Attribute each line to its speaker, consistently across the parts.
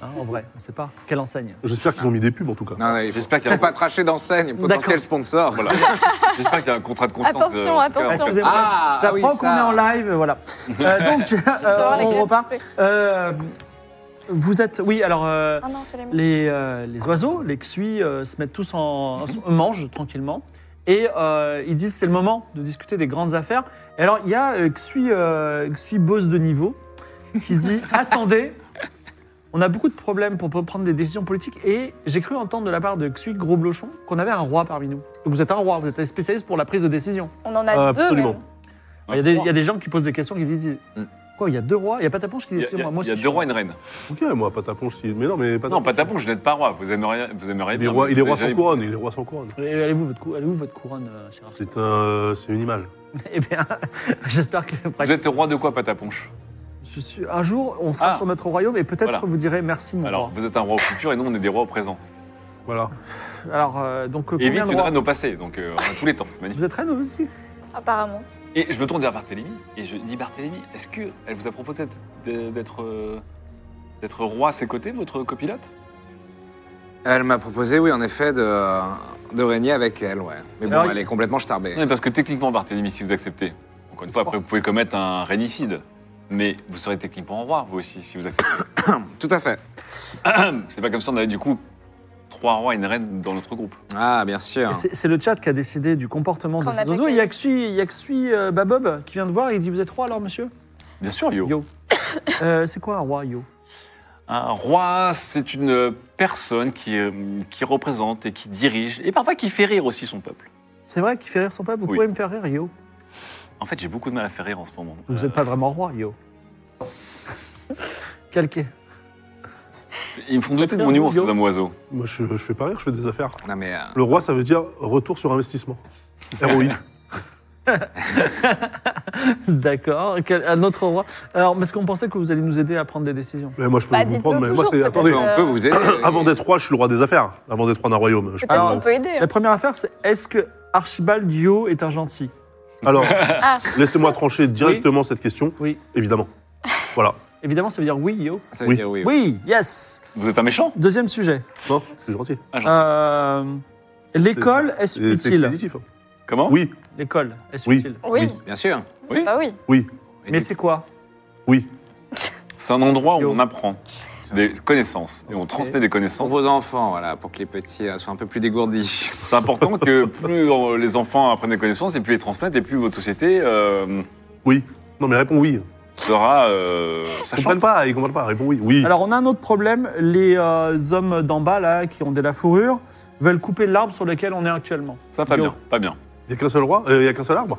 Speaker 1: Hein, en vrai, on ne sait pas. Quelle enseigne
Speaker 2: J'espère qu'ils ont mis des pubs en tout cas.
Speaker 3: Non, mais j'espère qu'il n'y a
Speaker 4: T'as pas
Speaker 3: pas
Speaker 4: traché d'enseigne, potentiel
Speaker 1: D'accord.
Speaker 4: sponsor.
Speaker 3: Voilà. J'espère qu'il y a un contrat de confiance.
Speaker 5: Attention,
Speaker 3: euh, en tout cas,
Speaker 5: attention.
Speaker 3: parce que-
Speaker 1: Excusez-moi,
Speaker 4: Ah,
Speaker 1: j'apprends
Speaker 4: oui,
Speaker 1: qu'on
Speaker 4: ça.
Speaker 1: est en live, voilà. Euh, donc, euh,
Speaker 5: savoir lesquels
Speaker 1: on repart.
Speaker 5: couper.
Speaker 1: Euh, vous êtes, oui, alors euh,
Speaker 5: Ah non, c'est les mêmes.
Speaker 1: les, euh, les oiseaux, les xuis, euh, se mettent tous en,
Speaker 3: Mhm.
Speaker 1: en- mangent tranquillement et euh, ils disent c'est le moment de discuter des grandes affaires. Et alors il y a euh, xui, euh, xui boss de niveau qui dit attendez, on a beaucoup de problèmes pour prendre des décisions politiques et j'ai cru entendre de la part de xui gros blochon qu'on avait un roi parmi nous. Donc vous êtes un roi, vous êtes un spécialiste pour la prise de décision.
Speaker 5: On en a
Speaker 2: Euh,
Speaker 5: deux.
Speaker 2: absolument.
Speaker 5: même.
Speaker 1: Il y, a des, il y a des gens qui posent des questions qui disent
Speaker 3: Hmm.
Speaker 1: Quoi, il y a deux rois Il n'y a pas ta ponche qui
Speaker 3: Il
Speaker 1: dit
Speaker 3: y a, il y a-
Speaker 1: Excusez-moi, moi
Speaker 3: il y a
Speaker 1: aussi,
Speaker 3: deux
Speaker 1: je-
Speaker 3: rois et une reine.
Speaker 2: Ok, moi, Patapon, je suis. Mais non, mais
Speaker 3: Non,
Speaker 2: Patapon.
Speaker 3: pas tapon, je n'êtes pas roi. Vous aimeriez, vous aimeriez
Speaker 2: Il est
Speaker 3: bien,
Speaker 2: roi,
Speaker 3: mais
Speaker 2: il est
Speaker 3: vous
Speaker 2: roi
Speaker 3: avez
Speaker 2: sans
Speaker 3: jamais-
Speaker 2: couronne, il est roi sans couronne.
Speaker 1: Et Elle est où votre, cou- elle est où votre couronne, euh, cher Arthur
Speaker 2: C'est un, c'est une image.
Speaker 1: Eh bien, j'espère que.
Speaker 3: Vous êtes roi de quoi, Pataponche
Speaker 1: Je suis, un jour, on sera
Speaker 3: Ah.
Speaker 1: sur notre royaume et peut-être
Speaker 3: Voilà.
Speaker 1: vous direz merci, mon
Speaker 3: Alors,
Speaker 1: roi.
Speaker 3: vous êtes un roi au futur et nous, on est des rois au présent.
Speaker 2: Voilà.
Speaker 1: Alors, euh, donc,
Speaker 3: Et
Speaker 1: combien
Speaker 3: vite,
Speaker 1: de
Speaker 3: une
Speaker 1: rois
Speaker 3: reine au passé, donc euh, on a tous les temps, c'est magnifique.
Speaker 1: Vous êtes reine aussi
Speaker 5: Apparemment.
Speaker 3: Et je me tourne vers Barthélemy et je dis Barthélemy, est-ce que elle vous a proposé d'être- d'être euh, d'être roi à ses côtés, votre copilote
Speaker 4: Elle m'a proposé, oui, en effet, de, de régner avec elle, ouais. Mais bon,
Speaker 1: Alors, il-
Speaker 4: elle est complètement starbée.
Speaker 3: Non, mais parce que techniquement, Barthélemy, si vous acceptez, encore une fois, après vous pouvez commettre un rénicide, mais vous serez techniquement roi, vous aussi, si vous acceptez.
Speaker 4: Tout à fait.
Speaker 3: c'est pas comme si on avait du coup trois rois et une reine dans notre groupe.
Speaker 4: Ah, bien sûr.
Speaker 1: Et c'est- C'est le chat qui a décidé du comportement de
Speaker 5: Qu'on
Speaker 1: ces
Speaker 5: attaque
Speaker 1: oiseaux.
Speaker 5: les-
Speaker 1: Il y a que celui- il y a que celui, euh, Babob qui vient de voir et il dit Vous êtes roi alors, monsieur
Speaker 3: Bien sûr, Yo.
Speaker 1: Yo. Euh, C'est quoi un roi, Yo
Speaker 3: Un roi, c'est une personne qui, euh, qui représente et qui dirige, et parfois qui fait rire aussi son peuple.
Speaker 1: C'est vrai qu'il fait rire son peuple Vous
Speaker 3: Oui.
Speaker 1: pouvez me faire rire, Yo
Speaker 3: En fait, j'ai beaucoup de mal à faire rire en ce moment.
Speaker 1: Vous
Speaker 3: Euh,
Speaker 1: n'êtes pas vraiment roi, yo. Calqué.
Speaker 3: Ils me font douter de
Speaker 1: rire,
Speaker 3: mon humour,
Speaker 1: Yo.
Speaker 3: ces hommes oiseaux.
Speaker 2: Moi, je, je fais pas rire, je fais des affaires.
Speaker 4: Non, mais. euh,
Speaker 2: Le roi, ça veut dire retour sur investissement. ROI.
Speaker 1: D'accord. Quel- Un autre roi. Alors, parce qu'on pensait que vous alliez nous aider à prendre des décisions.
Speaker 2: mais moi, je peux
Speaker 5: Bah,
Speaker 2: vous
Speaker 5: dites-le
Speaker 2: prendre, mais moi,
Speaker 5: toujours,
Speaker 2: c'est.
Speaker 5: peut-être,
Speaker 2: Attendez.
Speaker 5: euh,
Speaker 4: on peut vous aider.
Speaker 2: Avant d'être roi, je suis le roi des affaires. Avant d'être roi d'un royaume. Je-
Speaker 5: Peut-être
Speaker 1: Alors,
Speaker 5: qu'on peut aider. hein.
Speaker 1: La première affaire, c'est est-ce que Archibald Yo est un gentil
Speaker 2: Alors,
Speaker 5: Ah.
Speaker 2: laissez-moi trancher directement cette question.
Speaker 1: Oui.
Speaker 2: Évidemment. Voilà.
Speaker 1: Évidemment, ça veut dire oui, Yo.
Speaker 4: Ça veut
Speaker 2: Oui.
Speaker 4: dire oui. oui.
Speaker 1: Oui, yes.
Speaker 3: Vous êtes un méchant
Speaker 1: Deuxième sujet.
Speaker 2: Non, c'est gentil.
Speaker 1: Euh, L'école, est-ce
Speaker 2: Ah. Euh, C'est c'est
Speaker 1: utile
Speaker 2: expéditif. hein.
Speaker 3: Comment
Speaker 2: Oui,
Speaker 1: L'école, est-ce
Speaker 2: Oui.
Speaker 1: utile
Speaker 5: Oui,
Speaker 4: Bien sûr.
Speaker 3: Oui.
Speaker 5: bah oui.
Speaker 1: Mais c'est quoi
Speaker 2: oui.
Speaker 3: C'est un endroit où
Speaker 1: Yo.
Speaker 3: on apprend C'est des connaissances et on transmet des
Speaker 4: Pour
Speaker 3: connaissances.
Speaker 4: vos enfants, voilà, pour que les petits euh, soient un peu plus dégourdis.
Speaker 3: C'est important que plus euh, les enfants apprennent des connaissances et plus les transmettent, et plus votre société euh,
Speaker 2: Oui. Non, mais réponds oui.
Speaker 3: sera euh,
Speaker 2: Ils
Speaker 3: sachante.
Speaker 2: comprennent pas, ils comprennent pas. Réponds oui. Oui.
Speaker 1: Alors, on a un autre problème. Les euh, hommes d'en bas, là, qui ont de la fourrure, veulent couper l'arbre sur lequel on est actuellement.
Speaker 3: Ça, pas
Speaker 1: Yo.
Speaker 3: bien, pas bien.
Speaker 2: Il n'y a qu'un seul roi, euh, il y a qu'un seul arbre.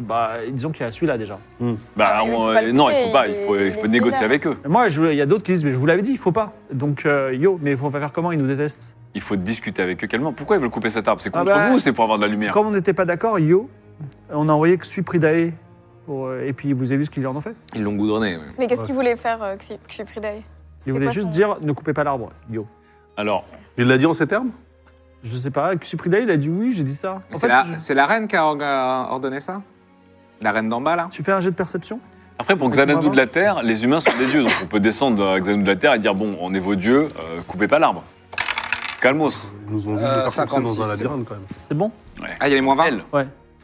Speaker 1: Bah, disons qu'il y a celui-là déjà.
Speaker 3: Bah,
Speaker 5: Ah, mais il
Speaker 3: on-
Speaker 5: faut pas le
Speaker 3: non, il
Speaker 5: couper,
Speaker 3: faut pas,
Speaker 5: il
Speaker 3: il faut,
Speaker 5: est-
Speaker 3: il faut
Speaker 5: il est
Speaker 3: négocier
Speaker 5: mineur.
Speaker 3: avec eux.
Speaker 1: Moi, je- il y a d'autres qui disent, mais je vous l'avais dit, il faut pas. Donc, euh, yo, mais il faut pas faire comment Ils nous détestent.
Speaker 3: Il faut discuter avec eux calmement. Pourquoi ils veulent couper cet arbre C'est
Speaker 1: Ah
Speaker 3: contre
Speaker 1: bah,
Speaker 3: vous ou c'est pour avoir de la lumière
Speaker 1: Comme on n'était pas d'accord, yo, on a envoyé que Suipridae. Pour, euh, et puis, vous avez vu ce qu'ils en ont fait
Speaker 4: Ils l'ont goudronné. oui.
Speaker 5: Mais qu'est-ce
Speaker 2: Ouais.
Speaker 5: qu'il voulait faire, euh, Xi- Xipridai
Speaker 1: Ils voulaient juste dire, ne coupez pas l'arbre, yo.
Speaker 3: Alors,
Speaker 2: Il l'a dit en ces termes
Speaker 1: Je sais pas, Suipridae, il a dit oui, j'ai dit ça. En
Speaker 4: C'est
Speaker 1: fait,
Speaker 4: la,
Speaker 1: je-
Speaker 4: c'est la reine qui a orga- ordonné ça La reine d'en bas, là
Speaker 1: tu fais un jet de perception
Speaker 3: après, pour
Speaker 1: Mais
Speaker 3: Xanadu
Speaker 1: comment
Speaker 3: de la Terre, les humains sont des dieux. Donc, on peut descendre à Xanadu de la Terre et dire bon, on est vos dieux, euh, coupez pas l'arbre. Calmos.
Speaker 2: Ils nous ont vu
Speaker 4: Euh,
Speaker 2: nous faire foncer dans un
Speaker 4: 56.
Speaker 2: labyrinthe quand même.
Speaker 1: C'est bon
Speaker 4: Ah, il y a les moins 20
Speaker 3: Elle.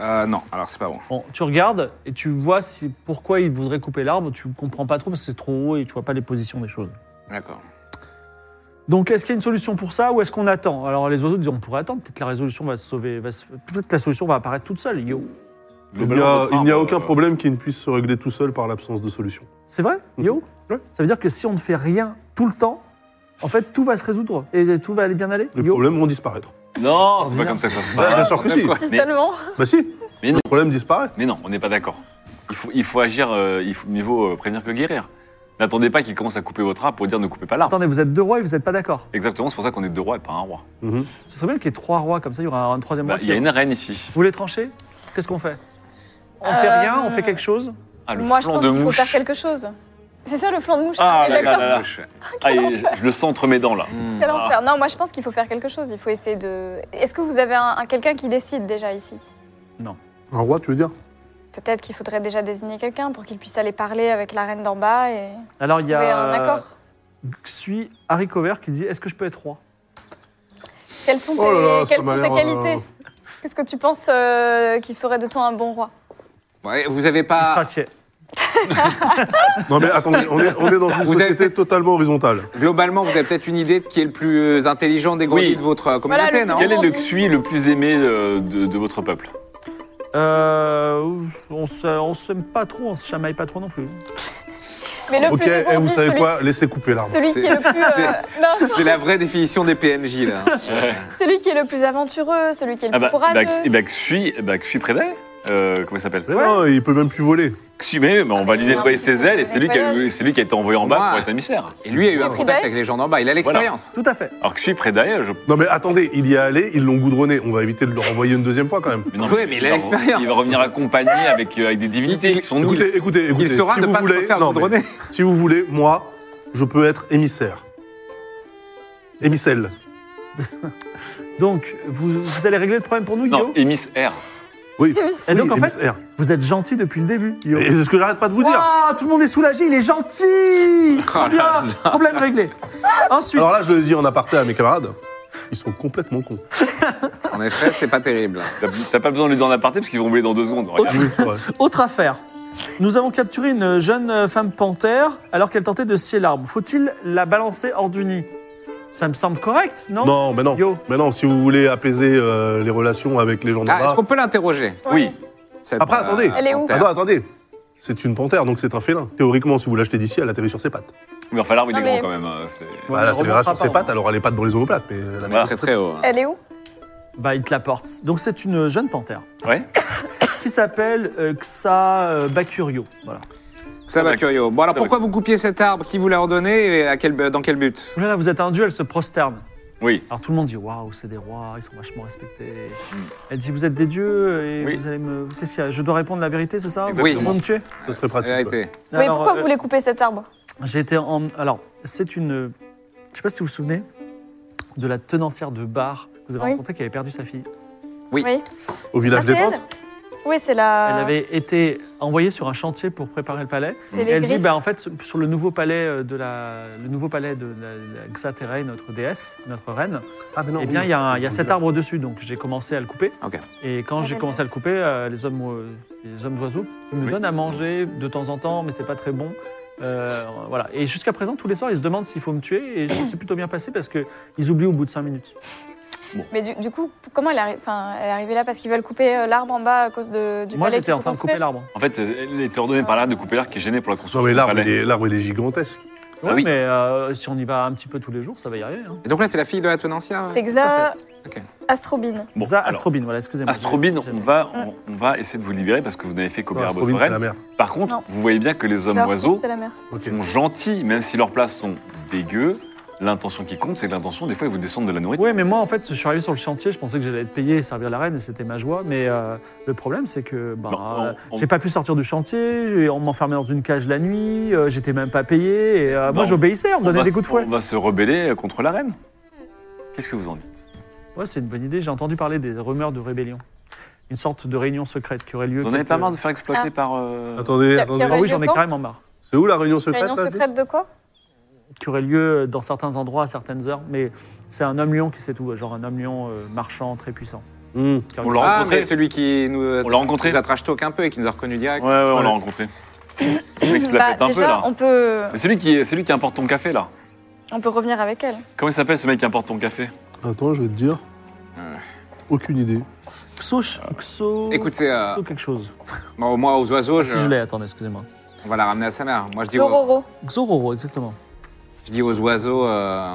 Speaker 4: Euh, non, alors c'est pas bon.
Speaker 1: Bon, tu regardes et tu vois si, pourquoi ils voudraient couper l'arbre, tu comprends pas trop parce que c'est trop haut et tu vois pas les positions des choses.
Speaker 4: D'accord.
Speaker 1: Donc, est-ce qu'il y a une solution pour ça ou est-ce qu'on attend Alors, les oiseaux disent on pourrait attendre, peut-être la résolution va se sauver, va se- peut-être la solution va apparaître toute seule, yo.
Speaker 2: Il n'y a, il n'y
Speaker 4: euh,
Speaker 2: a
Speaker 3: euh,
Speaker 2: aucun problème qui ne puisse se régler tout seul par l'absence de solution.
Speaker 1: C'est vrai,
Speaker 2: Mhm.
Speaker 1: Yo
Speaker 2: Ouais.
Speaker 1: Ça veut dire que si on ne fait rien tout le temps, en fait, tout va se résoudre et tout va aller bien aller
Speaker 2: Les
Speaker 1: Yo
Speaker 2: problèmes vont disparaître.
Speaker 3: Non, c'est pas comme ça que ça se passe.
Speaker 2: bien sûr que si.
Speaker 3: Quoi.
Speaker 5: Si
Speaker 3: Mais,
Speaker 5: seulement.
Speaker 2: Bah si,
Speaker 3: Mais non.
Speaker 2: le problème disparaît.
Speaker 3: mais non, on n'est pas d'accord. Il faut, il faut agir, euh, il faut, mieux vaut euh, prévenir que guérir. N'attendez pas qu'il commence à couper votre arbre pour dire ne coupez pas l'arbre.
Speaker 1: Attendez, vous êtes deux rois et vous n'êtes pas d'accord.
Speaker 3: Exactement, c'est pour ça qu'on est deux rois et pas un roi.
Speaker 2: Mhm.
Speaker 1: Ce serait bien qu'il y ait trois rois, comme ça, il y aura un troisième
Speaker 3: Bah,
Speaker 1: roi.
Speaker 3: Il
Speaker 1: qui-
Speaker 3: y a une reine ici.
Speaker 1: Vous voulez trancher Qu'est-ce qu'on fait On fait
Speaker 5: Euh,
Speaker 1: rien, on fait quelque chose
Speaker 3: Ah, le
Speaker 5: Moi, je
Speaker 3: flanc
Speaker 5: pense
Speaker 3: de
Speaker 5: qu'il faut
Speaker 3: mouche.
Speaker 5: faire quelque chose. C'est ça le flanc de mouche.
Speaker 3: Ah,
Speaker 5: on
Speaker 3: là, là,
Speaker 5: est d'accord.
Speaker 3: là, là. Ah, et je, je le sens entre mes dents là.
Speaker 4: Hmm.
Speaker 5: Quel
Speaker 3: Ah.
Speaker 5: enfer. Non, moi, je pense qu'il faut faire quelque chose. Il faut essayer de. Est-ce que vous avez un, un quelqu'un qui décide déjà ici
Speaker 2: Un roi, tu veux dire
Speaker 5: Peut-être qu'il faudrait déjà désigner quelqu'un pour qu'il puisse aller parler avec la reine d'en bas et
Speaker 1: Alors, il y
Speaker 5: trouver un
Speaker 1: a
Speaker 5: accord.
Speaker 1: Xui Harry Cover qui dit Est-ce que je peux être roi
Speaker 5: Quelles sont tes,
Speaker 2: Oh là là, ça
Speaker 5: quelles
Speaker 2: m'a
Speaker 5: sont tes
Speaker 2: l'air, euh,
Speaker 5: qualités Qu'est-ce que tu penses euh, qui ferait de toi un bon roi
Speaker 4: Ouais, vous avez
Speaker 1: Il se
Speaker 4: pas.
Speaker 1: rassied.
Speaker 2: Non mais attendez, on est, on est dans une
Speaker 4: Vous avez
Speaker 2: société totalement horizontale.
Speaker 4: Globalement, vous avez peut-être une idée de qui est le plus euh, intelligent des grandis
Speaker 3: Oui.
Speaker 4: de votre euh,
Speaker 5: Voilà,
Speaker 4: communauté,
Speaker 5: le
Speaker 4: non
Speaker 5: plus-
Speaker 3: Quel est le XUI le plus aimé euh, de, de votre peuple
Speaker 1: Euh, on se- on s'aime pas trop, on se chamaille pas trop non plus.
Speaker 5: Mais le
Speaker 2: ok,
Speaker 5: plus
Speaker 2: et vous
Speaker 5: dégourdi,
Speaker 2: savez
Speaker 5: celui,
Speaker 2: quoi Laissez couper l'arbre.
Speaker 5: celui qui est le plus. euh,
Speaker 4: C'est-
Speaker 5: non,
Speaker 4: C'est la vraie définition des PNJ, là.
Speaker 5: celui qui est le plus aventureux, celui qui est le
Speaker 3: Ah
Speaker 5: plus
Speaker 3: bah,
Speaker 5: courageux.
Speaker 3: bah, eh bah, XUI, eh bah, XUI Prédet euh, Comment il s'appelle
Speaker 2: Mais non, il peut même plus voler.
Speaker 3: XUI, mais, mais on va lui
Speaker 5: Ah, mais
Speaker 3: nettoyer
Speaker 5: non,
Speaker 3: ses ailes et c'est lui, qui a,
Speaker 5: nettoyage.
Speaker 3: c'est lui qui a été envoyé en
Speaker 4: Moi.
Speaker 3: bas pour être émissaire.
Speaker 4: Et lui a eu un contact
Speaker 5: Fidèle.
Speaker 4: avec les gens d'en bas. Il a l'expérience.
Speaker 1: Tout à fait.
Speaker 3: Alors XUI Prédet, je.
Speaker 2: Non mais attendez, il y est allé, ils l'ont goudronné. On va éviter de le renvoyer une deuxième fois quand même.
Speaker 3: Mais non,
Speaker 4: Ouais, mais il a
Speaker 3: va-
Speaker 4: l'expérience.
Speaker 3: Il va revenir accompagné avec, euh, avec des divinités
Speaker 4: Il-
Speaker 3: qui sont nous.
Speaker 2: Écoutez, écoutez, écoutez.
Speaker 4: Il saura
Speaker 2: si
Speaker 4: ne
Speaker 2: vous
Speaker 4: pas se
Speaker 2: voulez-
Speaker 4: refaire
Speaker 2: non, mais
Speaker 4: goudronner.
Speaker 2: Si vous voulez, moi, je peux être émissaire. Émisselle.
Speaker 1: Donc, vous, vous allez régler le problème pour nous,
Speaker 3: Non,
Speaker 1: Yo
Speaker 3: émissaire.
Speaker 2: Oui.
Speaker 1: Et donc,
Speaker 2: Oui,
Speaker 1: en fait,
Speaker 2: émissaire.
Speaker 1: vous êtes gentil depuis le début, Yo.
Speaker 2: Et c'est ce que j'arrête pas de vous dire.
Speaker 1: Ouah, tout le monde est soulagé, il est gentil Très bien, problème réglé. Ensuite,
Speaker 2: Alors là, je le dis en aparté à mes camarades, ils sont complètement cons.
Speaker 4: En effet, c'est pas terrible.
Speaker 3: T'as t'as pas besoin de lui dire en aparté parce qu'ils vont oublier dans deux secondes. regarde.
Speaker 4: Oh,
Speaker 2: Ouais.
Speaker 1: autre affaire. Nous avons capturé une jeune femme panthère alors qu'elle tentait de scier l'arbre. Faut-il la balancer hors du nid Ça me semble correct, non
Speaker 2: Non, mais non.
Speaker 1: Yo.
Speaker 2: Mais non, si vous voulez apaiser euh, les relations avec les gens d'en
Speaker 4: Ah, est-ce
Speaker 2: bas.
Speaker 4: qu'on peut l'interroger
Speaker 3: Oui.
Speaker 4: cette, euh,
Speaker 2: Après, attendez. Ah
Speaker 5: Elle est où
Speaker 4: panthère
Speaker 2: Attends, attendez. C'est une panthère, donc c'est un félin. Théoriquement, si vous l'achetez d'ici, elle atterrit sur ses pattes. Bah,
Speaker 3: Mais enfin, l'arbre, il est
Speaker 5: Non,
Speaker 3: grand
Speaker 5: mais-
Speaker 3: quand même. euh, c'est-
Speaker 1: Ouais,
Speaker 2: elle
Speaker 1: on remontera
Speaker 2: atterrira sur
Speaker 1: pas, hein.
Speaker 2: ses
Speaker 1: on-
Speaker 2: pattes, elle aura les pattes dans les omoplates. Mais la
Speaker 3: Voilà.
Speaker 4: Très très haut.
Speaker 5: Elle est où
Speaker 1: Bah, il te la porte. Donc, c'est une jeune panthère
Speaker 3: Ouais.
Speaker 1: qui s'appelle euh, Xa euh, Bacurio. Voilà.
Speaker 4: Ça
Speaker 3: Ça
Speaker 4: va,
Speaker 3: va.
Speaker 4: curieux. Bon, alors
Speaker 3: Ça
Speaker 4: pourquoi vous coupiez cet arbre Qui vous l'a ordonné et à quel, dans quel but
Speaker 1: Ouh là là, vous êtes un dieu, elle se prosterne.
Speaker 3: Oui. Hmm.
Speaker 1: Alors, tout le monde dit Waouh, c'est des rois, ils sont vachement respectés. Elle dit Vous êtes des dieux et
Speaker 3: Oui.
Speaker 1: vous allez me. Qu'est-ce qu'il y a Je dois répondre la vérité, c'est ça
Speaker 4: Exactement.
Speaker 1: Vous voulez me tuer
Speaker 2: Ce serait
Speaker 4: La
Speaker 2: pratique. ouais.
Speaker 4: vérité.
Speaker 5: Mais
Speaker 1: Alors,
Speaker 5: pourquoi
Speaker 1: euh,
Speaker 5: vous voulez couper cet arbre
Speaker 1: J'ai été en. Alors, c'est une. Je sais pas si vous vous souvenez de la tenancière de bar que vous avez
Speaker 5: Oui.
Speaker 1: rencontrée qui avait perdu sa fille.
Speaker 4: Oui.
Speaker 2: Au
Speaker 5: Ah,
Speaker 2: village
Speaker 5: c'est
Speaker 2: des tentes
Speaker 5: elle Oui, c'est la.
Speaker 1: Elle avait été envoyée sur un chantier pour préparer le palais.
Speaker 5: C'est
Speaker 1: Et
Speaker 5: les
Speaker 1: elle dit
Speaker 5: griffes.
Speaker 1: bah, en fait, sur le nouveau palais euh, de la, le nouveau palais de la, la Xaterei, notre déesse, notre reine,
Speaker 2: Ah, mais non.
Speaker 1: eh bien, il y, a un- il y a cet arbre dessus. Donc, j'ai commencé à le couper.
Speaker 4: Ok.
Speaker 1: Et quand
Speaker 5: La
Speaker 1: j'ai
Speaker 5: belle
Speaker 1: commencé à le couper, euh, les hommes, euh, les hommes oiseaux me
Speaker 3: Oui.
Speaker 1: donnent à manger de temps en temps, mais c'est pas très bon. Euh, voilà. Et jusqu'à présent, tous les soirs, ils se demandent s'il faut me tuer. Et c'est plutôt bien passé parce que ils oublient au bout de 5 minutes.
Speaker 5: Mais du, du coup, comment elle, arri- enfin, elle est arrivée là Parce qu'ils veulent couper euh, l'arbre en bas à cause de, du
Speaker 1: Moi,
Speaker 5: palais
Speaker 1: j'étais
Speaker 5: qu'il
Speaker 1: en train de
Speaker 5: faut construire.
Speaker 1: couper l'arbre.
Speaker 3: En fait, euh, elle était ordonnée par là de couper l'arbre qui est gêné pour la
Speaker 2: Non,
Speaker 3: construction.
Speaker 2: mais
Speaker 3: du
Speaker 2: l'arbre, il
Speaker 3: palais.
Speaker 2: est- l'arbre, il est gigantesque.
Speaker 1: Ouais,
Speaker 3: Ah oui.
Speaker 1: mais euh, si on y va un petit peu tous les jours, ça va y arriver. Hein.
Speaker 4: Et donc là, c'est la fille de la tenancière
Speaker 5: C'est Xa
Speaker 4: Ok.
Speaker 5: Astrobine.
Speaker 3: Bon,
Speaker 1: Ça,
Speaker 3: alors,
Speaker 1: Astrobine, voilà, excusez-moi.
Speaker 3: Astrobine,
Speaker 1: J'ai- j'ai-
Speaker 3: on va,
Speaker 5: Mm.
Speaker 3: on, on va essayer de vous libérer parce que vous n'avez fait
Speaker 2: Non,
Speaker 3: qu'obéir à votre
Speaker 2: Astrobine, c'est la
Speaker 3: reine.
Speaker 2: mère.
Speaker 3: Par contre,
Speaker 5: Non.
Speaker 3: vous voyez bien que les hommes
Speaker 5: Xa,
Speaker 3: oiseaux
Speaker 5: C'est la mère.
Speaker 2: Ok.
Speaker 3: sont gentils, même si leurs plats sont dégueux. L'intention qui compte, c'est que l'intention, des fois, ils vous descendent de la nourriture.
Speaker 1: Oui, mais moi, en fait, je suis arrivé sur le chantier, je pensais que j'allais être payé et servir la reine, et c'était ma joie. Mais euh, le problème, c'est que bah,
Speaker 3: Non, on-
Speaker 1: euh,
Speaker 3: on-
Speaker 1: j'ai pas pu sortir du chantier, j'ai- on m'enfermait dans une cage la nuit, euh, j'étais même pas payé. Et, euh, moi,
Speaker 3: Non.
Speaker 1: j'obéissais, on me
Speaker 3: On
Speaker 1: donnait
Speaker 3: va
Speaker 1: des
Speaker 3: se-
Speaker 1: coups de fouet.
Speaker 3: On va se rebeller euh, contre la reine. Qu'est-ce que vous en dites
Speaker 1: Ouais, c'est une bonne idée, j'ai entendu parler des rumeurs de rébellion. Une sorte de réunion secrète qui aurait lieu.
Speaker 3: Vous n'en avez
Speaker 1: quelque-
Speaker 3: pas marre de vous faire exploiter
Speaker 5: Ah.
Speaker 3: par. euh,
Speaker 2: Attendez,
Speaker 5: Pierre-
Speaker 2: attendez.
Speaker 5: Pierre-
Speaker 1: Ah oui, j'en ai
Speaker 5: Réunion quand
Speaker 1: carrément marre.
Speaker 2: C'est où la réunion secrète
Speaker 5: Réunion
Speaker 2: là,
Speaker 5: secrète de quoi
Speaker 1: qui aurait lieu dans certains endroits à certaines heures, mais c'est un homme lion qui sait tout, genre un homme lion euh, marchand très puissant.
Speaker 2: Hum.
Speaker 1: Qui
Speaker 3: On
Speaker 1: aurait-
Speaker 3: l'a
Speaker 4: Ah,
Speaker 3: rencontré.
Speaker 4: mais celui qui nous,
Speaker 3: On l'a rencontré.
Speaker 4: nous a trash talk un peu et qui nous a reconnu direct.
Speaker 3: Ouais, ouais, on
Speaker 2: Ouais.
Speaker 3: l'a rencontré. Le mec se la
Speaker 5: Bah,
Speaker 3: pète un
Speaker 5: déjà,
Speaker 3: peu, là.
Speaker 5: On, peut,
Speaker 3: Mais c'est lui, qui, c'est lui qui importe ton café, là.
Speaker 5: on peut revenir avec elle.
Speaker 3: Comment il s'appelle, ce mec qui importe ton café
Speaker 2: Attends, je vais te dire.
Speaker 3: Ouais.
Speaker 2: Aucune idée.
Speaker 1: Xoch, Xo.
Speaker 4: Écoutez, euh,
Speaker 1: Xo quelque chose.
Speaker 4: bon, moi, aux oiseaux,
Speaker 1: Ah, si je
Speaker 4: je-
Speaker 1: l'ai, attendez, excusez-moi.
Speaker 4: on va la ramener à sa mère. Moi, je dis, aux,
Speaker 5: Zororo.
Speaker 1: Xororo, exactement.
Speaker 4: je dis aux oiseaux, euh,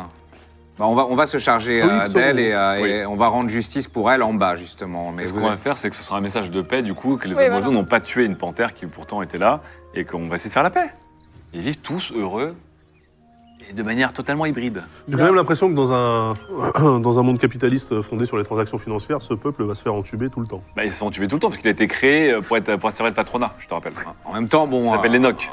Speaker 4: bah, on, va, on va se charger
Speaker 2: Oui,
Speaker 4: euh,
Speaker 2: ils sont-
Speaker 4: d'elle et, euh,
Speaker 3: oui.
Speaker 4: et on va rendre justice pour elle en bas, justement. Mais
Speaker 3: Et ce
Speaker 4: vous
Speaker 3: qu'on va faire, c'est que ce sera un message de paix, du coup, que les
Speaker 5: Oui,
Speaker 3: autres oiseaux
Speaker 5: voilà.
Speaker 3: n'ont pas tué une panthère qui pourtant était là, et qu'on va essayer de faire la paix. Ils vivent tous heureux, et de manière totalement hybride.
Speaker 2: J'ai quand même l'impression que dans un, dans un monde capitaliste fondé sur les transactions financières, ce peuple va se faire entuber tout le temps.
Speaker 3: Bah, ils se font tuer tout le temps, parce qu'il a été créé euh, pour, être, pour servir de patronat, je te rappelle. hein.
Speaker 4: En même temps, bon. euh,
Speaker 3: Ça s'appelle les nocs.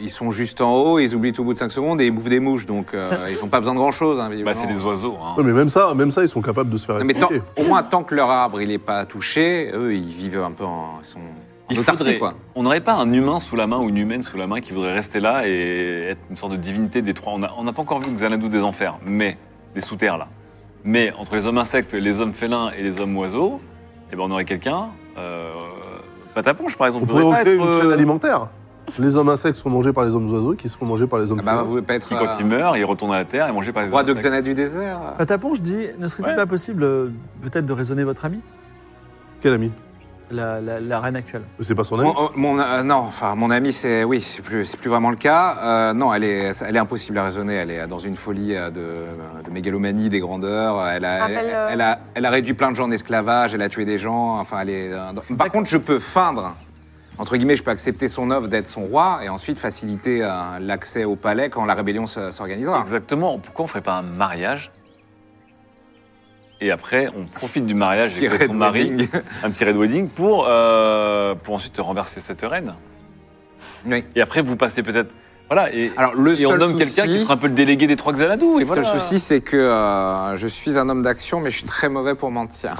Speaker 4: Ils sont juste en haut, ils oublient tout au bout de 5 secondes et ils bouffent des mouches, donc euh, ils n'ont pas besoin de grand chose. Hein,
Speaker 3: Bah,
Speaker 4: visiblement.
Speaker 3: c'est des oiseaux. hein.
Speaker 2: Ouais, mais même ça, même ça, ils sont capables de se faire
Speaker 4: Non, mais tant-
Speaker 2: expliquer.
Speaker 4: au moins, tant que leur arbre il n'est pas touché, eux ils vivent un peu en. Ils sont en
Speaker 3: Il
Speaker 4: autarcie,
Speaker 3: faudrait-
Speaker 4: quoi.
Speaker 3: On n'aurait pas un humain sous la main ou une humaine sous la main qui voudrait rester là et être une sorte de divinité des trois. On a- on n'a pas encore vu Xanadu des enfers, mais des sous-terres là. Mais entre les hommes insectes, les hommes félins et les hommes oiseaux, eh ben on aurait quelqu'un. Euh, Pataponche par exemple.
Speaker 2: On pourrait
Speaker 3: voudrait pas
Speaker 2: recréer une
Speaker 3: être, euh,
Speaker 2: chaîne alimentaire. Les hommes insectes sont mangés par les hommes oiseaux, qui se font manger par les hommes
Speaker 4: Ah bah,
Speaker 2: félins.
Speaker 4: vous pouvez pas être.
Speaker 3: qui, quand
Speaker 4: euh,
Speaker 3: il meurt, il retourne à la terre et mangé par les
Speaker 4: Roi
Speaker 3: hommes
Speaker 4: de
Speaker 3: insectes.
Speaker 4: Xana du désert
Speaker 1: Patapon, je dis, ne serait-il
Speaker 3: Ouais.
Speaker 1: pas possible euh, peut-être de raisonner votre amie,
Speaker 2: Quel ami
Speaker 1: la, la- la reine actuelle
Speaker 2: Mais C'est pas son ami.
Speaker 4: Mon, euh, mon, euh, non, enfin, mon ami, c'est oui, c'est plus, c'est plus vraiment le cas. Euh, non, elle est, elle est impossible à raisonner. Elle est dans une folie euh, de, de mégalomanie, des grandeurs. Elle a, elle,
Speaker 5: Rappelle, euh,
Speaker 4: elle a, elle a réduit plein de gens en esclavage. Elle a tué des gens. Enfin, elle est. euh, dans- Par contre, je peux feindre. Entre guillemets, je peux accepter son offre d'être son roi et ensuite faciliter euh, l'accès au palais quand la rébellion se- s'organisera.
Speaker 3: Exactement. Pourquoi on ferait pas un mariage et après, on profite du mariage
Speaker 4: Petit
Speaker 3: avec son
Speaker 4: red
Speaker 3: mari,
Speaker 4: wedding.
Speaker 3: un petit red wedding, pour, euh, pour ensuite renverser cette reine.
Speaker 4: Oui.
Speaker 3: Et après, vous passez peut-être. Voilà, et,
Speaker 4: Alors, Ah, le
Speaker 3: et on
Speaker 4: seul
Speaker 3: nomme quelqu'un qui
Speaker 4: souci-
Speaker 3: sera un peu le délégué des trois Xanadu. Et
Speaker 4: Le
Speaker 3: voilà.
Speaker 4: seul souci, c'est que euh, je suis un homme d'action, mais je suis très mauvais pour mentir.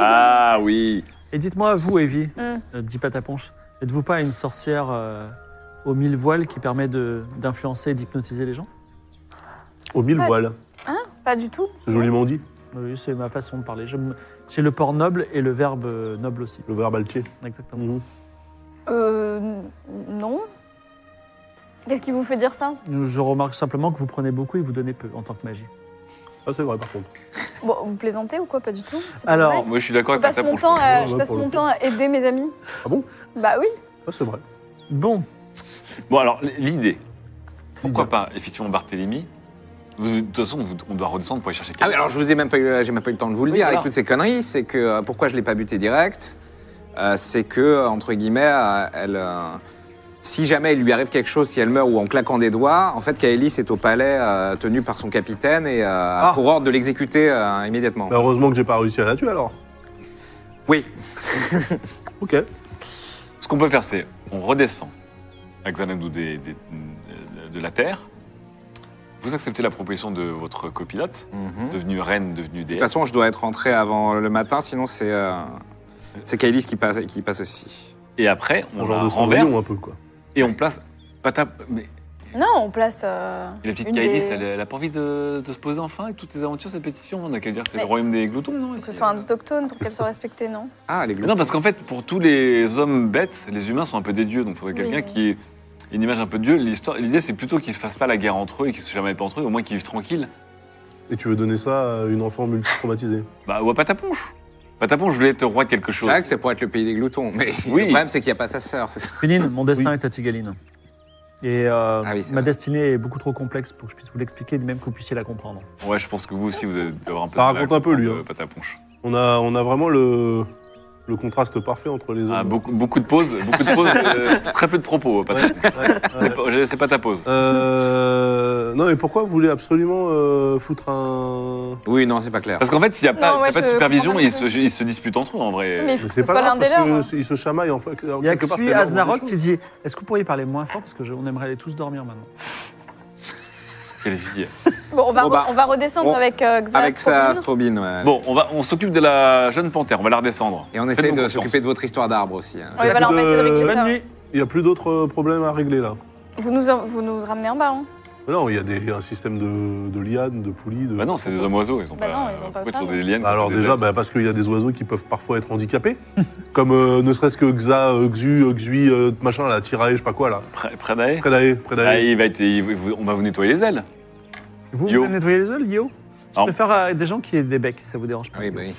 Speaker 3: Ah oui.
Speaker 1: Et dites-moi, vous, Evie,
Speaker 5: Hmm.
Speaker 1: euh, dit Pataponche, n'êtes-vous pas une sorcière euh, aux mille voiles qui permet de- d'influencer et d'hypnotiser les gens
Speaker 2: Au mille
Speaker 5: Ouais.
Speaker 2: voiles.
Speaker 5: Pas du tout.
Speaker 2: C'est joliment dit.
Speaker 1: Oui, c'est ma façon de parler. Je me- J'ai le port noble et le verbe euh, noble aussi.
Speaker 2: Le verbe altier. Ah,
Speaker 1: Exactement.
Speaker 5: Euh. n- Non. Qu'est-ce qui vous fait dire ça
Speaker 4: Mm.
Speaker 1: Je remarque simplement que vous prenez beaucoup et vous donnez peu en tant que magie.
Speaker 2: Ah, c'est vrai, par contre.
Speaker 5: Bon, vous plaisantez ou quoi Pas du tout. C'est pas
Speaker 1: Alors,
Speaker 5: vrai.
Speaker 3: Moi, je suis d'accord
Speaker 5: je
Speaker 3: avec
Speaker 5: passe
Speaker 3: ça.
Speaker 5: mon temps, à,
Speaker 2: Ouais,
Speaker 5: je
Speaker 2: ouais,
Speaker 5: passe
Speaker 2: pour le
Speaker 5: mon
Speaker 2: coup.
Speaker 5: temps à aider mes amis.
Speaker 2: Ah bon
Speaker 5: Bah oui.
Speaker 2: Ah, c'est vrai.
Speaker 1: Bon,
Speaker 3: Bon, alors, l'idée.
Speaker 4: Mmh.
Speaker 3: Pourquoi pas, effectivement, Barthélemy Vous- De toute façon, vous- on doit redescendre pour aller chercher
Speaker 4: Ah
Speaker 3: quelqu'un.
Speaker 4: oui, alors je vous ai même pas eu, j'ai même pas eu le temps de vous le
Speaker 3: Oui,
Speaker 4: dire.
Speaker 3: voilà.
Speaker 4: Avec toutes ces conneries, c'est que euh, pourquoi je l'ai pas buté direct, euh, c'est que euh, entre guillemets, euh, elle, euh, si jamais il lui arrive quelque chose, si elle meurt ou en claquant des doigts, en fait, Kaelis est au palais euh, tenu par son capitaine et euh,
Speaker 3: Ah.
Speaker 4: a pour ordre de l'exécuter euh, immédiatement.
Speaker 2: Bah, heureusement que j'ai pas réussi à la tuer alors.
Speaker 4: Oui,
Speaker 2: Ok.
Speaker 3: Ce qu'on peut faire, c'est on redescend à Xanadu des- des- de la Terre. Vous acceptez la proposition de votre copilote,
Speaker 4: Mhm. de
Speaker 3: devenue reine, devenue déesse.
Speaker 4: toute façon, je dois être rentré avant le matin, sinon c'est euh, c'est Kaelis qui passe qui passe aussi.
Speaker 3: et après, on
Speaker 2: Un genre
Speaker 3: la
Speaker 2: de
Speaker 3: renverse
Speaker 2: cendrillon un peu, quoi.
Speaker 3: et on place. Pata... Mais
Speaker 5: Non, on place. euh,
Speaker 3: Et la petite
Speaker 5: une
Speaker 3: Kailis,
Speaker 5: des-
Speaker 3: elle, elle a pas envie de, de se poser enfin avec toutes les aventures, cette petite fille. On a qu'à dire c'est
Speaker 5: Mais-
Speaker 3: le royaume des gloutons, non
Speaker 5: Que ce soit un autochtone pour qu'elle soit respectée, non
Speaker 4: Ah, les
Speaker 3: Mais Non, parce qu'en fait, pour tous les hommes bêtes, les humains sont un peu des dieux. Donc il faudrait
Speaker 5: Oui,
Speaker 3: quelqu'un
Speaker 5: oui.
Speaker 3: qui ait une image un peu de dieu. L'histoire- L'idée, c'est plutôt qu'ils se fassent pas la guerre entre eux et qu'ils se jamais pas entre eux, au moins qu'ils vivent tranquilles.
Speaker 2: Et tu veux donner ça à une enfant multi-traumatisée
Speaker 3: Bah, ou à Pataponche. Pataponche voulait être roi de quelque
Speaker 4: C'est
Speaker 3: chose.
Speaker 4: vrai que c'est pour être le pays des gloutons, mais
Speaker 3: Oui.
Speaker 4: le problème c'est qu'il n'y a pas sa sœur, c'est ça.
Speaker 1: Féline, mon destin est à Tigaline. Et euh,
Speaker 4: Ah oui, c'est
Speaker 1: ma
Speaker 4: vrai.
Speaker 1: destinée est beaucoup trop complexe pour que je puisse vous l'expliquer, de même que vous puissiez la comprendre.
Speaker 3: Ouais, je pense que vous aussi, vous allez devoir un peu.
Speaker 2: Ça
Speaker 3: de mal à
Speaker 2: raconte un peu, lui,
Speaker 3: comprendre,
Speaker 2: hein.
Speaker 3: Pataponche.
Speaker 2: on a, on a vraiment le, le contraste parfait entre les hommes.
Speaker 3: Ah, beaucoup, beaucoup de pauses, beaucoup de pauses, euh, très peu de propos.
Speaker 2: Ouais,
Speaker 3: Pataponche.
Speaker 2: ouais, ouais.
Speaker 3: C'est pas- C'est pas ta pause.
Speaker 2: Euh, non, mais pourquoi vous voulez absolument euh, foutre un.
Speaker 4: Oui, non, c'est pas clair.
Speaker 3: Parce qu'en fait, s'il n'y a pas,
Speaker 5: Non, ouais,
Speaker 3: s'il y a pas de
Speaker 5: je
Speaker 3: supervision,
Speaker 5: comprends
Speaker 3: ils
Speaker 5: pas
Speaker 3: se,
Speaker 5: le
Speaker 3: ils se disputent entre eux en vrai.
Speaker 5: Mais-
Speaker 2: Mais
Speaker 5: Que ce soit l'un des
Speaker 2: parce
Speaker 5: leurs,
Speaker 2: que ils se chamaillent en fait.
Speaker 1: Il y a Xui Aznaroth qui dit Est-ce que vous pourriez parler moins fort Parce que je- on aimerait aller tous dormir maintenant.
Speaker 3: Quelle fille.
Speaker 5: Bon, on va,
Speaker 4: Bon, bah,
Speaker 5: re- on va redescendre
Speaker 4: on-
Speaker 5: avec euh, Xas
Speaker 4: Avec sa
Speaker 5: Probine.
Speaker 4: strobine, ouais.
Speaker 3: Ah Bon, on va, on s'occupe de la jeune panthère. On va la redescendre.
Speaker 4: Et on
Speaker 3: Faites-nous
Speaker 4: essaie de
Speaker 3: confiance.
Speaker 4: s'occuper de votre histoire d'arbre aussi. hein.
Speaker 5: Ouais, voilà, on va essayer de régler
Speaker 2: Bonne
Speaker 5: ça.
Speaker 2: nuit. Il n'y a plus d'autres euh, problèmes à régler là.
Speaker 5: Vous nous, vous nous ramenez en bas, hein
Speaker 2: Non, il y a des, un système de, de lianes, de poulies. De...
Speaker 3: Bah non, c'est des hommes oiseaux, ils ont
Speaker 5: Bah
Speaker 3: pas.
Speaker 5: non, ils ont pas
Speaker 3: pourquoi
Speaker 5: ça,
Speaker 3: ils sont
Speaker 5: non.
Speaker 3: des lianes
Speaker 2: Bah Alors
Speaker 3: comme des
Speaker 2: déjà,
Speaker 3: bêtes
Speaker 2: bah, parce qu'il y a des oiseaux qui peuvent parfois être handicapés, comme euh, ne serait-ce que Xa, euh, Xu, euh, Xui, euh, machin, la tiraille, je sais pas quoi là.
Speaker 3: Pré- Prédae
Speaker 2: Prédae,
Speaker 3: Ah,
Speaker 2: Prédae.
Speaker 3: il va être, il- vous- on va vous nettoyer les ailes.
Speaker 1: Vous,
Speaker 3: Yo.
Speaker 1: vous nettoyez les ailes, Yo Je
Speaker 3: Non.
Speaker 1: préfère euh, des gens qui aient des becs, si ça vous dérange pas.
Speaker 4: Oui, bah oui.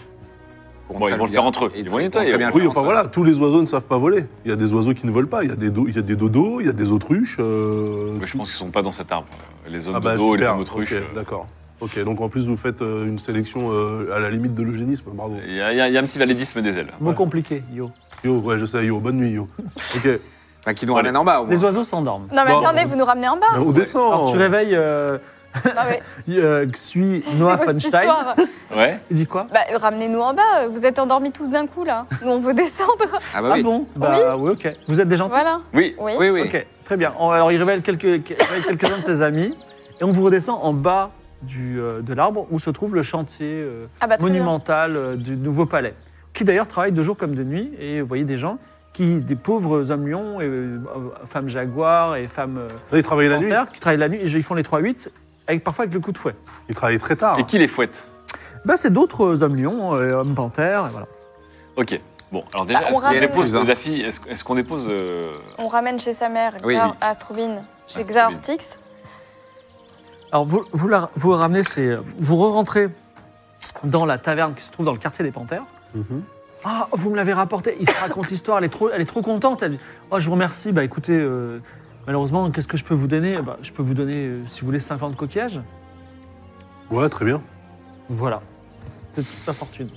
Speaker 4: Pour
Speaker 3: Bon, ils vont le faire entre eux.
Speaker 4: Et
Speaker 3: Ils vont y nettoyer.
Speaker 4: très bien le
Speaker 2: Oui,
Speaker 4: faire
Speaker 2: enfin
Speaker 4: entre eux.
Speaker 2: voilà, tous les oiseaux ne savent pas voler. Il y a des oiseaux qui ne volent pas. Il y a des, do- il y a des dodos, il y a des autruches. euh,
Speaker 3: Mais je pense qu'ils sont pas dans cet arbre. euh, Les hommes
Speaker 2: Ah bah,
Speaker 3: de dos, les
Speaker 2: super,
Speaker 3: hommes autruches.
Speaker 2: ok,
Speaker 3: euh,
Speaker 2: D'accord. Ok, donc en plus vous faites euh, une sélection euh, à la limite de l'eugénisme, bravo.
Speaker 3: Il y, a- il y a il y a un petit validisme des ailes.
Speaker 1: Mot
Speaker 2: Ouais.
Speaker 1: compliqué, yo.
Speaker 2: Yo, ouais, je sais, yo, bonne nuit, yo. Ok, Euh,
Speaker 4: Enfin, qui nous
Speaker 3: Ouais,
Speaker 4: ramène en bas, au moins.
Speaker 1: Les oiseaux s'endorment.
Speaker 5: Non, mais
Speaker 2: Bon.
Speaker 5: attendez, vous nous ramenez en bas.
Speaker 2: on
Speaker 4: Oh.
Speaker 2: descend.
Speaker 1: Alors tu réveilles euh,
Speaker 5: Non, mais
Speaker 1: euh, Xui Noah
Speaker 5: c'est quoi cette
Speaker 1: Funstein.
Speaker 5: histoire
Speaker 3: Ouais.
Speaker 1: Il dit quoi
Speaker 5: Bah, ramenez-nous en bas. Vous êtes endormis tous d'un coup, là. Nous, on veut descendre.
Speaker 4: Ah bah
Speaker 1: Ah
Speaker 4: oui.
Speaker 1: bon Bah oui, ok. Vous êtes des gentils
Speaker 5: Voilà.
Speaker 3: Oui.
Speaker 5: Oui.
Speaker 4: Oui, oui.
Speaker 1: Ok, très bien. On- Alors il révèle quelques- que- révèle quelques-uns de ses amis et on vous redescend en bas du, euh, de l'arbre où se trouve le chantier euh,
Speaker 5: Ah bah, très bien.
Speaker 1: monumental euh, du nouveau palais, qui d'ailleurs travaille de jour comme de nuit. Et vous voyez des gens qui, des pauvres hommes lions, et, euh, femmes jaguars et femmes euh,
Speaker 2: Là, ils travaillent la nuit.
Speaker 1: panthères, qui travaillent la nuit, et ils font les 3-8, avec, parfois avec le coup de fouet.
Speaker 2: Ils travaillent très tard.
Speaker 3: Et qui les fouette
Speaker 1: Bah, c'est d'autres hommes lions, euh, hommes panthères, et voilà.
Speaker 3: Ok. Bon, alors déjà,
Speaker 5: Bah, on
Speaker 3: est-ce qu'on
Speaker 5: ramène-
Speaker 3: dépose
Speaker 4: Il y en a
Speaker 3: la fille Est-ce est-ce qu'on dépose euh,
Speaker 5: On ramène chez sa mère,
Speaker 4: Oui,
Speaker 5: Xar-
Speaker 4: oui.
Speaker 5: Astrobine, chez
Speaker 3: Astrobine.
Speaker 5: Xaortix.
Speaker 1: Alors vous, vous, la- vous ramenez ces, vous re-rentrez dans la taverne qui se trouve dans le quartier des panthères.
Speaker 2: Mhm.
Speaker 1: Ah, vous me l'avez rapporté. Il se raconte l'histoire. Elle est trop, elle est trop contente. Elle dit, oh, je vous remercie. Bah, écoutez, euh, malheureusement, qu'est-ce que je peux vous donner bah, Je peux vous donner, euh, si vous voulez, 50 coquillages.
Speaker 2: Ouais, très bien.
Speaker 1: Voilà. C'est toute sa fortune.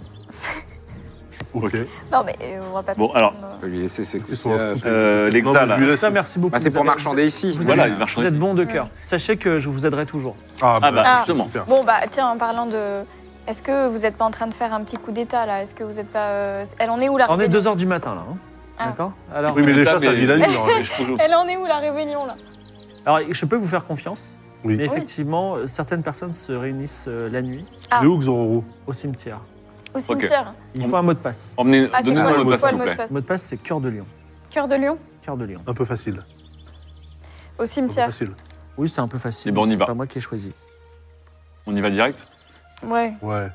Speaker 2: Ok.
Speaker 5: Non, mais euh, on va pas.
Speaker 3: Bon, alors,
Speaker 4: On peut lui laisser ses
Speaker 2: Ils
Speaker 4: coups.
Speaker 2: sont à foutre.
Speaker 3: euh, les
Speaker 2: Non,
Speaker 3: Xas,
Speaker 2: mais
Speaker 3: là
Speaker 2: je lui laisse-
Speaker 1: Ça, merci beaucoup.
Speaker 4: Bah, c'est
Speaker 1: Vous
Speaker 4: pour
Speaker 1: avez-
Speaker 4: marchander ici.
Speaker 1: Vous,
Speaker 3: Voilà,
Speaker 1: êtes-
Speaker 3: ils marchandent
Speaker 1: vous êtes
Speaker 3: ici.
Speaker 1: bon de cœur. Sachez que je vous aiderai toujours.
Speaker 2: Ah,
Speaker 3: Ah bah,
Speaker 5: Ah.
Speaker 3: justement.
Speaker 2: super.
Speaker 5: Bon, bah, tiens, en parlant de. Est-ce que vous n'êtes pas en train de faire un petit coup d'état, là Est-ce que vous n'êtes pas. euh, Elle en est où, la
Speaker 1: On est
Speaker 5: rébellion
Speaker 1: 2 heures du matin là. hein.
Speaker 5: Ah.
Speaker 1: D'accord. Alors,
Speaker 2: Oui, mais les
Speaker 3: Table
Speaker 2: chats, ça
Speaker 3: et-
Speaker 2: vit la nuit. normalement.
Speaker 3: Je trouve-
Speaker 5: Elle en est où, la rébellion, là
Speaker 1: alors, je peux vous faire confiance.
Speaker 2: Oui.
Speaker 1: Mais effectivement, euh, certaines personnes se réunissent euh, la nuit
Speaker 5: Ah.
Speaker 2: Les Hooks Zororo.
Speaker 1: au cimetière.
Speaker 5: Au cimetière.
Speaker 1: Il
Speaker 3: On-
Speaker 1: faut un mot de passe.
Speaker 3: Emmenez,
Speaker 5: Ah, c'est
Speaker 3: donnez-nous le
Speaker 5: quoi, c'est
Speaker 3: mot de
Speaker 5: quoi
Speaker 3: passe,
Speaker 5: le
Speaker 3: s'il
Speaker 5: mot
Speaker 3: vous
Speaker 5: de
Speaker 3: plaît.
Speaker 5: passe
Speaker 1: Le mot de passe, c'est cœur de lion.
Speaker 5: Cœur de lion
Speaker 1: Cœur de lion.
Speaker 2: Un peu facile. Un
Speaker 5: Au
Speaker 2: peu
Speaker 5: cimetière.
Speaker 2: facile.
Speaker 1: Oui, c'est un peu facile.
Speaker 3: Eh ben, on y
Speaker 1: c'est
Speaker 3: va.
Speaker 1: pas moi qui ai choisi.
Speaker 3: On y va direct.
Speaker 5: Ouais.
Speaker 2: Ouais.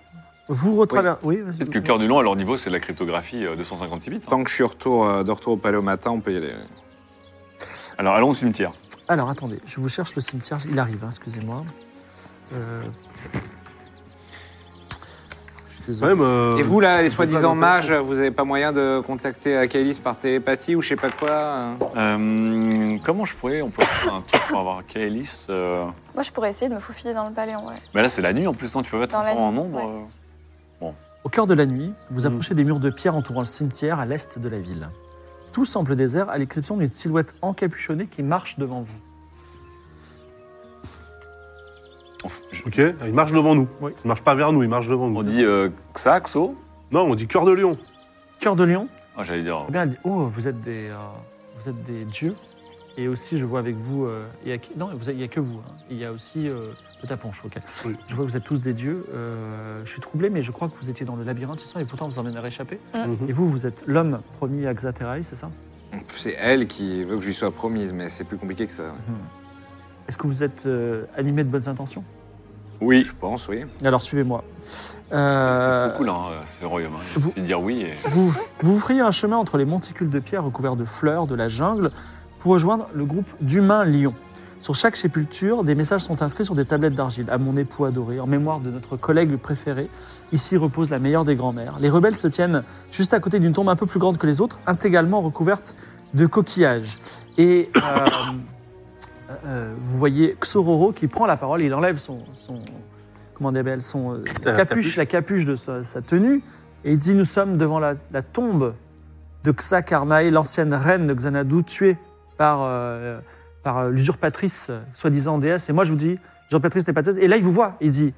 Speaker 1: Vous retraversez. Oui, vas-y.
Speaker 3: Peut-être que cœur du lion, à leur niveau, c'est de la cryptographie euh, 256 bits. hein.
Speaker 4: Tant que je suis retour, euh, de retour au palais au matin, on peut y aller.
Speaker 3: Alors allons au cimetière.
Speaker 1: Alors attendez, je vous cherche le cimetière. Il arrive, hein, excusez-moi. Euh, Je suis
Speaker 2: Quand
Speaker 1: désolé.
Speaker 2: même. euh,
Speaker 4: Et vous, là, les
Speaker 2: je peux pas
Speaker 4: soi-disant
Speaker 2: m'intéresser.
Speaker 4: mages, vous n'avez pas moyen de contacter euh, Kailis par télépathie ou je sais pas quoi hein
Speaker 3: Euh, comment je pourrais On pourrait faire un truc pour avoir Kaelis. euh,
Speaker 5: Moi, je pourrais essayer de me faufiler dans le palais, en vrai.
Speaker 3: Mais là, c'est la nuit en plus, non Tu peux pas te
Speaker 5: Dans la
Speaker 3: transformer en
Speaker 5: nuit,
Speaker 3: ombre
Speaker 5: ouais.
Speaker 3: euh.
Speaker 1: Au cœur de la nuit,
Speaker 3: Mm.
Speaker 1: vous approchez des murs de pierre entourant le cimetière à l'est de la ville. Tout semble désert à l'exception d'une silhouette encapuchonnée qui marche devant vous.
Speaker 3: On f- je-
Speaker 2: Ok, il marche devant nous.
Speaker 1: Oui.
Speaker 2: Il marche pas vers nous, il marche devant nous.
Speaker 3: On dit euh, ça, Xo
Speaker 2: Non, on dit cœur de lion.
Speaker 1: Cœur de lion.
Speaker 3: Ah, J'allais dire.
Speaker 1: Eh bien, elle dit Oh, vous êtes des, euh, vous êtes des dieux. Et aussi, je vois avec vous. euh, il y a qui- non, vous êtes- il n'y a que vous. hein. Il y a aussi euh, le taponche. ok.
Speaker 2: Oui.
Speaker 1: Je vois que vous êtes tous des dieux. Euh, je suis troublé, mais je crois que vous étiez dans le labyrinthe ce soir et pourtant vous en avez réchappé.
Speaker 2: Mhm.
Speaker 1: Et vous, vous êtes l'homme promis à Xaterai, c'est ça
Speaker 4: C'est elle qui veut que je lui sois promise, mais c'est plus compliqué que ça.
Speaker 1: Est-ce que vous êtes euh, animé de bonnes intentions
Speaker 3: Oui.
Speaker 4: Je pense, oui.
Speaker 1: Alors, suivez-moi.
Speaker 3: C'est
Speaker 1: Euh,
Speaker 3: trop cool, hein, ce royaume. Hein. Il
Speaker 1: vous-
Speaker 3: suffit de dire oui. et-
Speaker 1: Vous, vous vous frayez un chemin entre les monticules de pierre recouverts de fleurs de la jungle pour rejoindre le groupe d'humains lions. Sur chaque sépulture, des messages sont inscrits sur des tablettes d'argile. À mon époux adoré, en mémoire de notre collègue préféré, ici repose la meilleure des grand-mères. Les rebelles se tiennent juste à côté d'une tombe un peu plus grande que les autres, intégralement recouverte de coquillages. Et euh, euh, vous voyez Xororo qui prend la parole, il enlève son, son comment on dit, son euh,
Speaker 2: Ça, la
Speaker 1: capuche, la capuche de sa, sa tenue, et il dit nous sommes devant la, la tombe de Xacarnae, l'ancienne reine de Xanadu, tuée par, euh, par euh, l'usurpatrice, euh, soi-disant déesse. Et moi, je vous dis, l'usurpatrice n'est pas déesse. Et là, il vous voit. Il dit,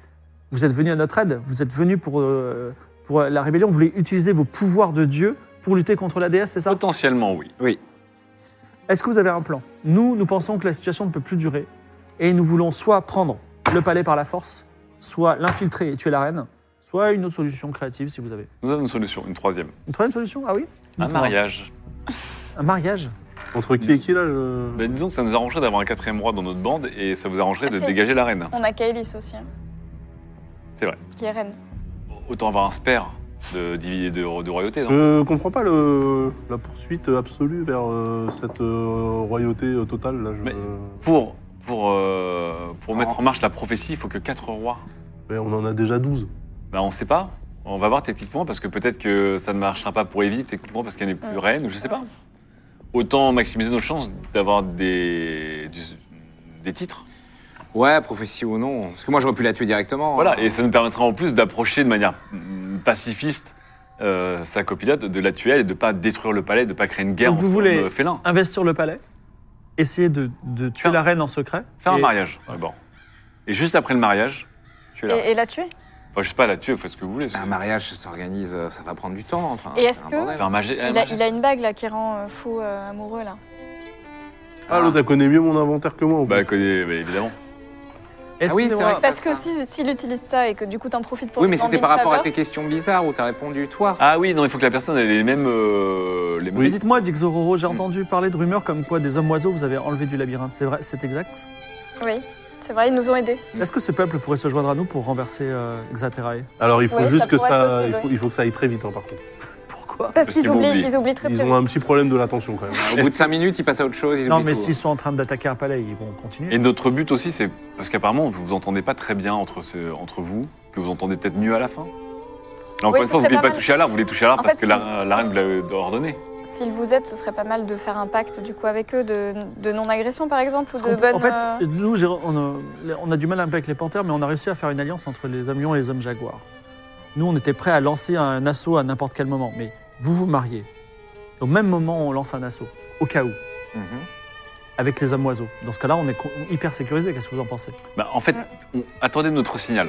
Speaker 1: vous êtes venu à notre aide, vous êtes venu pour, euh, pour la rébellion, vous voulez utiliser vos pouvoirs de Dieu pour lutter contre la déesse, c'est ça
Speaker 3: Potentiellement, oui.
Speaker 1: Est-ce que vous avez un plan Nous, nous pensons que la situation ne peut plus durer et nous voulons soit prendre le palais par la force, soit l'infiltrer et tuer la reine, soit une autre solution créative si vous avez.
Speaker 3: Nous avons une solution, une troisième.
Speaker 1: Une troisième solution Ah oui
Speaker 3: Un
Speaker 1: Dites-moi.
Speaker 3: mariage.
Speaker 1: Un mariage
Speaker 2: Entre qui et qui là je...
Speaker 3: Bah, disons que ça nous arrangerait d'avoir un quatrième roi dans notre bande et ça vous arrangerait de
Speaker 5: Ok.
Speaker 3: dégager la reine.
Speaker 5: On a Kaelis aussi. hein.
Speaker 3: C'est vrai.
Speaker 5: Qui est reine.
Speaker 3: Autant avoir un spare de, divi- de, de royauté. hein.
Speaker 1: Euh.
Speaker 3: non
Speaker 2: Je comprends pas le, la poursuite absolue vers euh, cette euh, royauté euh, totale. Là, je,
Speaker 3: Mais-
Speaker 2: mais...
Speaker 3: Pour, pour, euh, pour
Speaker 4: Non.
Speaker 3: mettre en marche la prophétie, il faut que quatre rois.
Speaker 2: on en Ben, a déjà 12.
Speaker 3: Bah, on sait pas. On va voir techniquement, parce que peut-être que ça ne marchera pas pour Evie, techniquement, parce qu'elle n'est plus
Speaker 5: Mm.
Speaker 3: reine, ou je sais pas. Autant maximiser nos chances d'avoir des, du- des titres.
Speaker 4: Ouais, prophétie ou non. Parce que moi, j'aurais pu la tuer directement. hein.
Speaker 3: Voilà, et ça nous permettra en plus d'approcher de manière mm, pacifiste euh, sa copilote, de la tuer elle, et de ne pas détruire le palais, de ne pas créer une guerre
Speaker 1: Donc vous
Speaker 3: entre
Speaker 1: voulez-
Speaker 3: hommes félins.
Speaker 1: Investir le palais, essayer de, de tuer
Speaker 3: Faire-
Speaker 1: la reine en secret.
Speaker 3: Faire un
Speaker 1: et-
Speaker 3: mariage, d'abord. Et juste après le mariage, tu es là.
Speaker 5: Et, et la tuer
Speaker 3: Enfin, je sais pas, la tuer, faites ce que vous voulez. c'est-
Speaker 1: Ah,
Speaker 4: Un mariage, ça s'organise, euh, ça va prendre du temps. Enfin,
Speaker 5: Et
Speaker 4: c'est
Speaker 5: est-ce
Speaker 4: un
Speaker 5: que-
Speaker 4: bordel.
Speaker 3: Faire un magi- un
Speaker 5: il a,
Speaker 3: mariage.
Speaker 5: il a une bague là qui rend euh, fou euh, amoureux là.
Speaker 2: Ah, l'autre, elle connaît mieux mon inventaire que moi. en
Speaker 3: Bah,
Speaker 2: plus.
Speaker 3: elle connaît- bah, évidemment.
Speaker 4: Ah oui, c'est
Speaker 1: Excusez-moi,
Speaker 4: vrai
Speaker 5: Parce que
Speaker 4: Pas ça.
Speaker 5: si s'il utilise ça et que du coup t'en profites pour
Speaker 4: Oui,
Speaker 5: lui
Speaker 4: mais c'était
Speaker 5: demander une
Speaker 4: par rapport à
Speaker 5: faveur,
Speaker 4: tes questions bizarres où t'as répondu toi.
Speaker 3: Ah oui, non, il faut que la personne ait les mêmes. euh, les mêmes...
Speaker 1: Mais dites-moi, Dix Zororo, j'ai
Speaker 4: Hmm.
Speaker 1: entendu parler de rumeurs comme quoi des hommes oiseaux vous avez enlevé du labyrinthe. C'est vrai, c'est exact
Speaker 5: Oui, c'est vrai, ils nous ont aidés.
Speaker 4: Hmm.
Speaker 1: Est-ce que ce peuple pourrait se joindre à nous pour renverser euh, Xaterae
Speaker 2: Alors, il faut
Speaker 5: Ouais,
Speaker 2: juste
Speaker 5: ça
Speaker 2: que
Speaker 5: pourrait
Speaker 2: ça.
Speaker 5: être possible,
Speaker 2: il, faut,
Speaker 5: ouais.
Speaker 2: il faut que ça aille très vite, hein, par contre.
Speaker 1: Pourquoi
Speaker 5: Parce,
Speaker 3: Parce
Speaker 5: qu'ils
Speaker 3: qu'ils vont
Speaker 5: oublient,
Speaker 3: oublier.
Speaker 5: ils oublient très
Speaker 2: Ils
Speaker 5: très
Speaker 2: ont un petit problème de l'attention quand même.
Speaker 4: Au bout de 5 minutes, ils passent à autre chose, ils
Speaker 1: Non,
Speaker 4: oublient
Speaker 1: mais
Speaker 4: tout. hein.
Speaker 1: s'ils sont en train d'attaquer un palais, ils vont continuer.
Speaker 3: Et notre but aussi, c'est. Parce qu'apparemment, vous vous entendez pas très bien entre, ce- entre vous, que vous entendez peut-être mieux à la fin. Là, encore
Speaker 5: Oui,
Speaker 3: une
Speaker 5: ce
Speaker 3: fois, vous
Speaker 5: serait
Speaker 3: voulez
Speaker 5: pas
Speaker 3: pas
Speaker 5: mal.
Speaker 3: toucher à l'art, vous voulez toucher à l'art
Speaker 5: En
Speaker 3: parce que
Speaker 5: fait, si-
Speaker 3: la, la
Speaker 5: si-
Speaker 3: reine vous l'a ordonné.
Speaker 5: S'ils vous aident, ce serait pas mal de faire un pacte du coup avec eux de, de non-agression par exemple ou
Speaker 1: Parce
Speaker 5: de
Speaker 1: qu'on peut-
Speaker 5: bonne.
Speaker 1: en fait,
Speaker 5: euh,
Speaker 1: nous, j'ai- on a, on a du mal un peu avec les panthères, mais on a réussi à faire une alliance entre les hommes lions et les hommes jaguars. Nous, on était prêts à lancer un assaut à n'importe quel moment, mais vous vous mariez. Au même moment, on lance un assaut, au cas où,
Speaker 4: Mhm.
Speaker 1: avec les hommes oiseaux. Dans ce cas-là, on est co- hyper sécurisé. Qu'est-ce que vous en pensez
Speaker 3: Bah, en fait,
Speaker 5: Mm.
Speaker 3: on- attendez notre signal.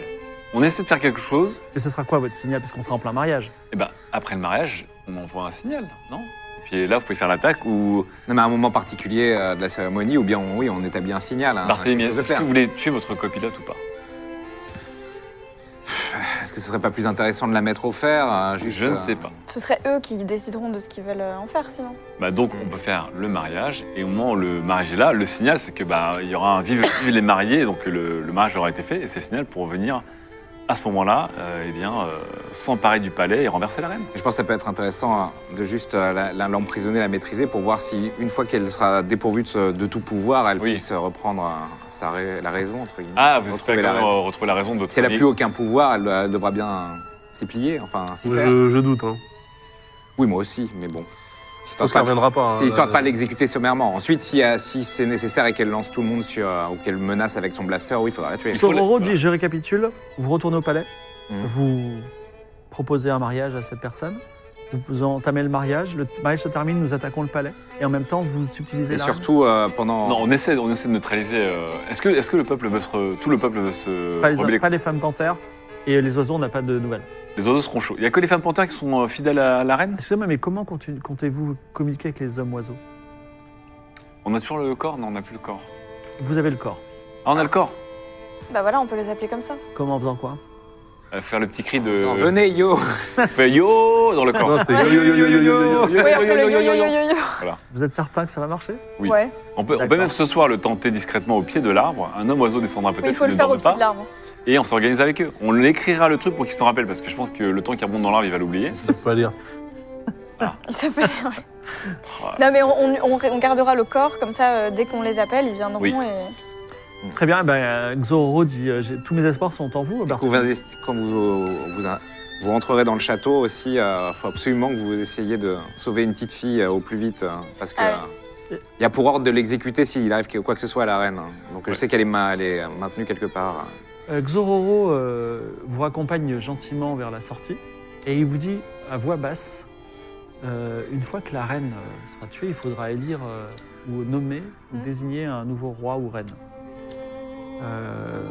Speaker 3: On essaie de faire quelque chose,
Speaker 1: Et ce sera quoi votre signal Parce qu'on sera en plein mariage.
Speaker 3: et ben après le mariage, on envoie un signal, non Et puis là, vous pouvez faire l'attaque ou.
Speaker 4: Non, mais à un moment particulier euh, de la cérémonie, ou bien on- oui, on établit un signal. hein,
Speaker 3: Barthélemy,
Speaker 4: quelque chose de
Speaker 3: est-ce
Speaker 4: clair.
Speaker 3: que vous voulez tuer votre copilote ou pas
Speaker 4: Est-ce que ce serait pas plus intéressant de la mettre au fer euh, juste,
Speaker 3: Je ne
Speaker 4: euh,
Speaker 3: sais pas.
Speaker 5: Ce serait eux qui décideront de ce qu'ils veulent euh, en faire sinon.
Speaker 3: Bah donc on peut faire le mariage et au moment où le mariage est là, le signal c'est que bah il y aura un vive, vive les mariés donc euh, le, le mariage aura été fait et c'est le signal pour venir à ce moment-là euh, eh bien euh, s'emparer du palais et renverser la reine.
Speaker 4: Je pense que ça peut être intéressant hein, de juste euh, la- la- l'emprisonner, la maîtriser pour voir si, une fois qu'elle sera dépourvue de, ce- de tout pouvoir, elle
Speaker 3: Oui.
Speaker 4: puisse reprendre euh, sa ra- la raison, entre guillemets.
Speaker 3: Ah vous
Speaker 4: Retrouver
Speaker 3: espérez
Speaker 4: la
Speaker 3: qu'on
Speaker 4: raison.
Speaker 3: euh, retrouve la raison de votre
Speaker 4: Si elle n'a
Speaker 3: vie.
Speaker 4: plus aucun pouvoir, elle, elle devra bien s'y plier, enfin s'y faire.
Speaker 2: Je, je doute. Hein.
Speaker 4: Oui, moi aussi, mais bon.
Speaker 2: Je
Speaker 4: Histoire
Speaker 2: pense qu'elle
Speaker 4: de pas-
Speaker 2: reviendra pas. hein.
Speaker 4: C'est histoire de pas l'exécuter sommairement. Ensuite, si, euh, si c'est nécessaire et qu'elle lance tout le monde sur, euh, ou qu'elle menace avec son blaster, oui, il faudra la tuer.
Speaker 3: Il faut
Speaker 1: Sororo
Speaker 3: les- Mmh.
Speaker 1: dit, je récapitule, vous retournez au palais,
Speaker 4: Mhm.
Speaker 1: vous proposez un mariage à cette personne, vous entamez le mariage, le mariage se termine, nous attaquons le palais, et en même temps, vous subtilisez
Speaker 4: Et
Speaker 1: la
Speaker 4: surtout, euh, pendant...
Speaker 3: Non, on essaie on essaie de neutraliser euh, est-ce que est-ce que le peuple veut se re- tout le peuple veut se
Speaker 1: reine. pas, les,
Speaker 3: rebeller
Speaker 1: pas les femmes panthères, et les oiseaux, on n'a pas de nouvelles.
Speaker 3: Les oiseaux seront chauds. Il y a que les femmes panthères qui sont euh, fidèles à la reine
Speaker 1: Excusez-moi, mais comment comptez- comptez-vous communiquer avec les hommes oiseaux
Speaker 3: On a toujours le corps Non, on n'a plus le corps.
Speaker 1: Vous avez le corps.
Speaker 3: Ah, on a le corps.
Speaker 5: Bah voilà, on peut les appeler comme ça.
Speaker 1: Comment en faisant quoi
Speaker 3: Euh, faire le petit cri de
Speaker 4: Genre, Venez, yo
Speaker 3: fait yo dans le corps.
Speaker 2: Non, c'est yo, yo, yo, yo, yo, yo, yo.
Speaker 5: Oui, on fait le yo yo yo yo yo.
Speaker 1: Vous êtes certain que ça va marcher
Speaker 3: Oui.
Speaker 5: Ouais.
Speaker 3: On peut, on peut
Speaker 1: D'accord.
Speaker 3: même ce soir le tenter discrètement au pied de l'arbre. Un homme oiseau descendra
Speaker 5: Mais il
Speaker 3: peut-être
Speaker 5: faut
Speaker 3: s'il
Speaker 5: le
Speaker 3: ne
Speaker 5: faire au
Speaker 3: dorme
Speaker 5: pied
Speaker 3: pas.
Speaker 5: de l'arbre.
Speaker 3: Et on s'organise avec eux. On écrira le truc pour qu'ils s'en rappellent parce que je pense que le temps qu'ils remontent dans l'arbre, il va l'oublier.
Speaker 2: Je peux pas lire.
Speaker 5: Il s'appelle. Non mais on, on- on- on gardera le corps comme ça euh, dès qu'on les appelle, ils viendront
Speaker 3: Oui.
Speaker 5: et
Speaker 1: Très bien, eh ben, euh, Xororo dit, euh, j'ai- tous mes espoirs sont en vous,
Speaker 4: Du
Speaker 1: Robert.
Speaker 4: coup, vous investi- quand vous, vous, vous rentrerez dans le château aussi, il faut absolument que vous essayiez de sauver une petite fille euh, au plus vite. euh, parce que.
Speaker 5: Ah
Speaker 1: oui.
Speaker 4: euh, il y a pour ordre de l'exécuter s'il arrive que- quoi que ce soit à la reine. hein. Donc
Speaker 3: Ouais.
Speaker 4: je sais qu'elle est, ma- elle est euh, maintenue quelque part. hein.
Speaker 1: Euh, Xororo euh, vous accompagne gentiment vers la sortie et il vous dit à voix basse euh, une fois que la reine euh, sera tuée, il faudra élire euh, ou nommer ou
Speaker 5: Mhm.
Speaker 1: désigner un nouveau roi ou reine. Euh,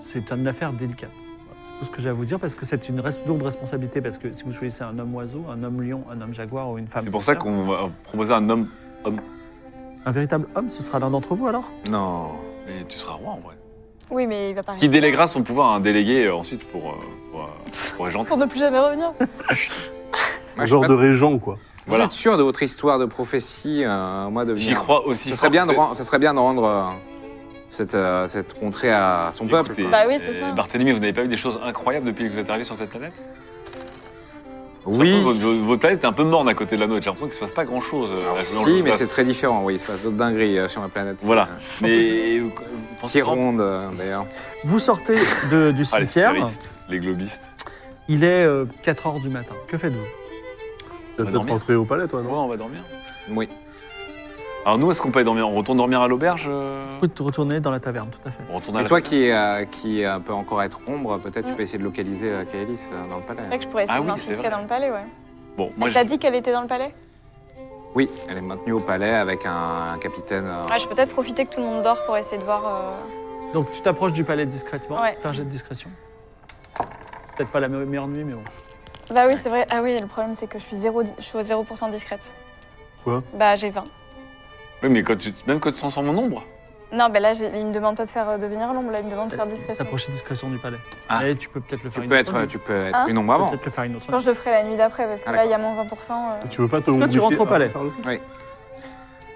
Speaker 1: c'est une affaire délicate. Voilà, C'est tout ce que j'ai à vous dire parce que c'est une res- lourde responsabilité parce que si vous choisissez un homme oiseau, un homme lion, un homme jaguar ou une femme,
Speaker 3: C'est pour ça
Speaker 1: panthère,
Speaker 3: qu'on va proposer un homme.
Speaker 1: un véritable homme, ce sera l'un d'entre vous alors.
Speaker 4: Non.
Speaker 3: Mais tu seras roi en vrai.
Speaker 5: oui mais il va pas.
Speaker 3: Qui délèguera son pouvoir à un délégué euh, ensuite pour, euh, pour, euh, pour régenter.
Speaker 5: Pour ne plus jamais revenir.
Speaker 4: Moi, je suis
Speaker 2: Genre
Speaker 4: pas-
Speaker 2: de régent, quoi.
Speaker 4: Vous
Speaker 3: Voilà.
Speaker 4: êtes sûr de votre histoire de prophétie, euh, moi, de
Speaker 3: J'y
Speaker 4: venir.
Speaker 3: crois aussi.
Speaker 4: Ça serait, bien de,
Speaker 3: droit.
Speaker 4: ren- ça serait bien de rendre euh, cette, euh, cette contrée à son peuple. quoi.
Speaker 5: Bah oui, c'est ça.
Speaker 3: euh, Barthélemy, vous n'avez pas vu des choses incroyables depuis que vous êtes arrivé sur cette planète
Speaker 4: Oui,
Speaker 3: Surtout, Votre, votre planète est un peu morne à côté de la nôtre. J'ai l'impression qu'il se passe pas euh, grand chose.
Speaker 4: si, mais c'est très différent. Oui, il se passe d'autres dingueries euh, sur ma planète.
Speaker 3: Voilà.
Speaker 4: Euh,
Speaker 3: Mais vous- vous pensez
Speaker 4: Qui est
Speaker 3: vraiment-
Speaker 4: ronde, euh, d'ailleurs.
Speaker 1: Vous sortez de- du
Speaker 3: Allez,
Speaker 1: cimetière.
Speaker 3: Eric, les globistes.
Speaker 1: Il est 4 heures du matin. Que faites-vous
Speaker 2: T'as
Speaker 3: va
Speaker 2: peut-être
Speaker 3: dormir.
Speaker 2: rentré au palais, toi,
Speaker 3: Ouais,
Speaker 2: non
Speaker 3: on va dormir.
Speaker 4: Oui.
Speaker 3: Alors nous, est-ce qu'on peut aller dormir On retourne dormir à l'auberge euh
Speaker 1: Vous retournez dans la taverne, tout à fait.
Speaker 3: On retourne à
Speaker 4: Et
Speaker 3: la-
Speaker 4: toi qui, euh, qui euh, peut encore être ombre, peut-être tu
Speaker 5: Mm.
Speaker 4: peux essayer de localiser euh, Kaelis euh, dans le
Speaker 5: C'est vrai
Speaker 4: palais.
Speaker 5: que je pourrais essayer
Speaker 3: Ah
Speaker 5: de
Speaker 3: oui, c'est
Speaker 5: m'infiltrer
Speaker 3: vrai.
Speaker 5: dans le palais, ouais.
Speaker 3: Bon, moi,
Speaker 5: Elle t'a
Speaker 3: je-
Speaker 5: dit qu'elle était dans le palais
Speaker 4: Oui, elle est maintenue au palais avec un, un capitaine. euh,
Speaker 5: Ah, je peux peut-être profiter que tout le monde dort pour essayer de voir. euh,
Speaker 1: Donc tu t'approches du palais discrètement.
Speaker 5: Ouais.
Speaker 1: Fais un jet de discrétion. Peut-être pas la me- meilleure nuit, mais bon.
Speaker 5: Bah oui, c'est vrai. Ah oui, le problème, c'est que je suis, zéro, je suis au 0% discrète.
Speaker 2: Quoi
Speaker 5: Bah, j'ai 20.
Speaker 3: Oui, mais quand tu... même quand tu transformes en ombre
Speaker 5: Non, bah là, j'ai- il me demande pas de faire euh, devenir l'ombre, là, il me demande
Speaker 1: Euh,
Speaker 5: de faire discrétion.
Speaker 1: T'approches discrétion du palais.
Speaker 3: Ah.
Speaker 1: Et tu peux peut-être le
Speaker 4: tu,
Speaker 1: faire une
Speaker 4: peux
Speaker 1: autre
Speaker 4: être,
Speaker 1: nuit.
Speaker 4: tu peux être
Speaker 5: Hein
Speaker 4: une ombre avant.
Speaker 1: Peut-être le faire une autre
Speaker 5: Je pense
Speaker 1: nuit.
Speaker 5: que je le ferai la nuit d'après, parce que
Speaker 4: Ah,
Speaker 5: là, il y a moins 20%. euh.
Speaker 2: Tu veux pas te.
Speaker 1: Là, tu
Speaker 2: modifier-
Speaker 1: rentres au palais.
Speaker 2: Ah, Charles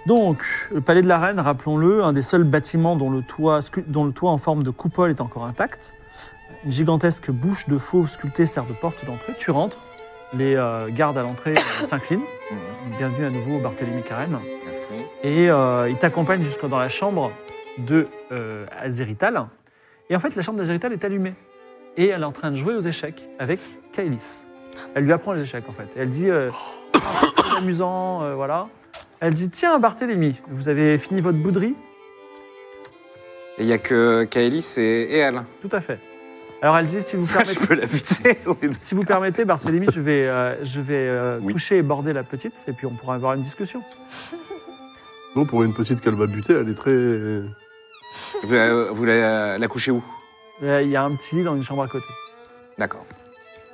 Speaker 1: Donc, le palais de la reine, rappelons-le, un des seuls bâtiments dont le, toit, scu- dont le toit en forme de coupole est encore intact. Une gigantesque bouche de fauve sculptée sert de porte d'entrée. Tu rentres, les euh, gardes à l'entrée euh, s'inclinent.
Speaker 4: Mhm.
Speaker 1: Bienvenue à nouveau Barthélemy Carême.
Speaker 4: Merci.
Speaker 1: et euh, il t'accompagne jusque dans la chambre de euh, Azerital. Et en fait, la chambre d'Azerital est allumée. Et elle est en train de jouer aux échecs avec Kaelis. Elle lui apprend les échecs, en fait. Elle dit euh, Ah, c'est très amusant, euh, voilà. Elle dit Tiens, Barthélemy, vous avez fini votre bouderie
Speaker 4: Et il n'y a que Kaelis et, et elle.
Speaker 1: Tout à fait. Alors elle dit Si vous
Speaker 4: je
Speaker 1: permettez.
Speaker 4: peux la buter. au lieu de-
Speaker 1: Si vous permettez, Barthélemy, je vais, euh, je vais euh,
Speaker 3: Oui.
Speaker 1: coucher et border la petite, et puis on pourra avoir une discussion.
Speaker 2: Non, pour une petite qu'elle va buter, elle est très.
Speaker 4: vous euh, vous la, la couchez où
Speaker 1: Euh, Il y a un petit lit dans une chambre à côté.
Speaker 4: D'accord.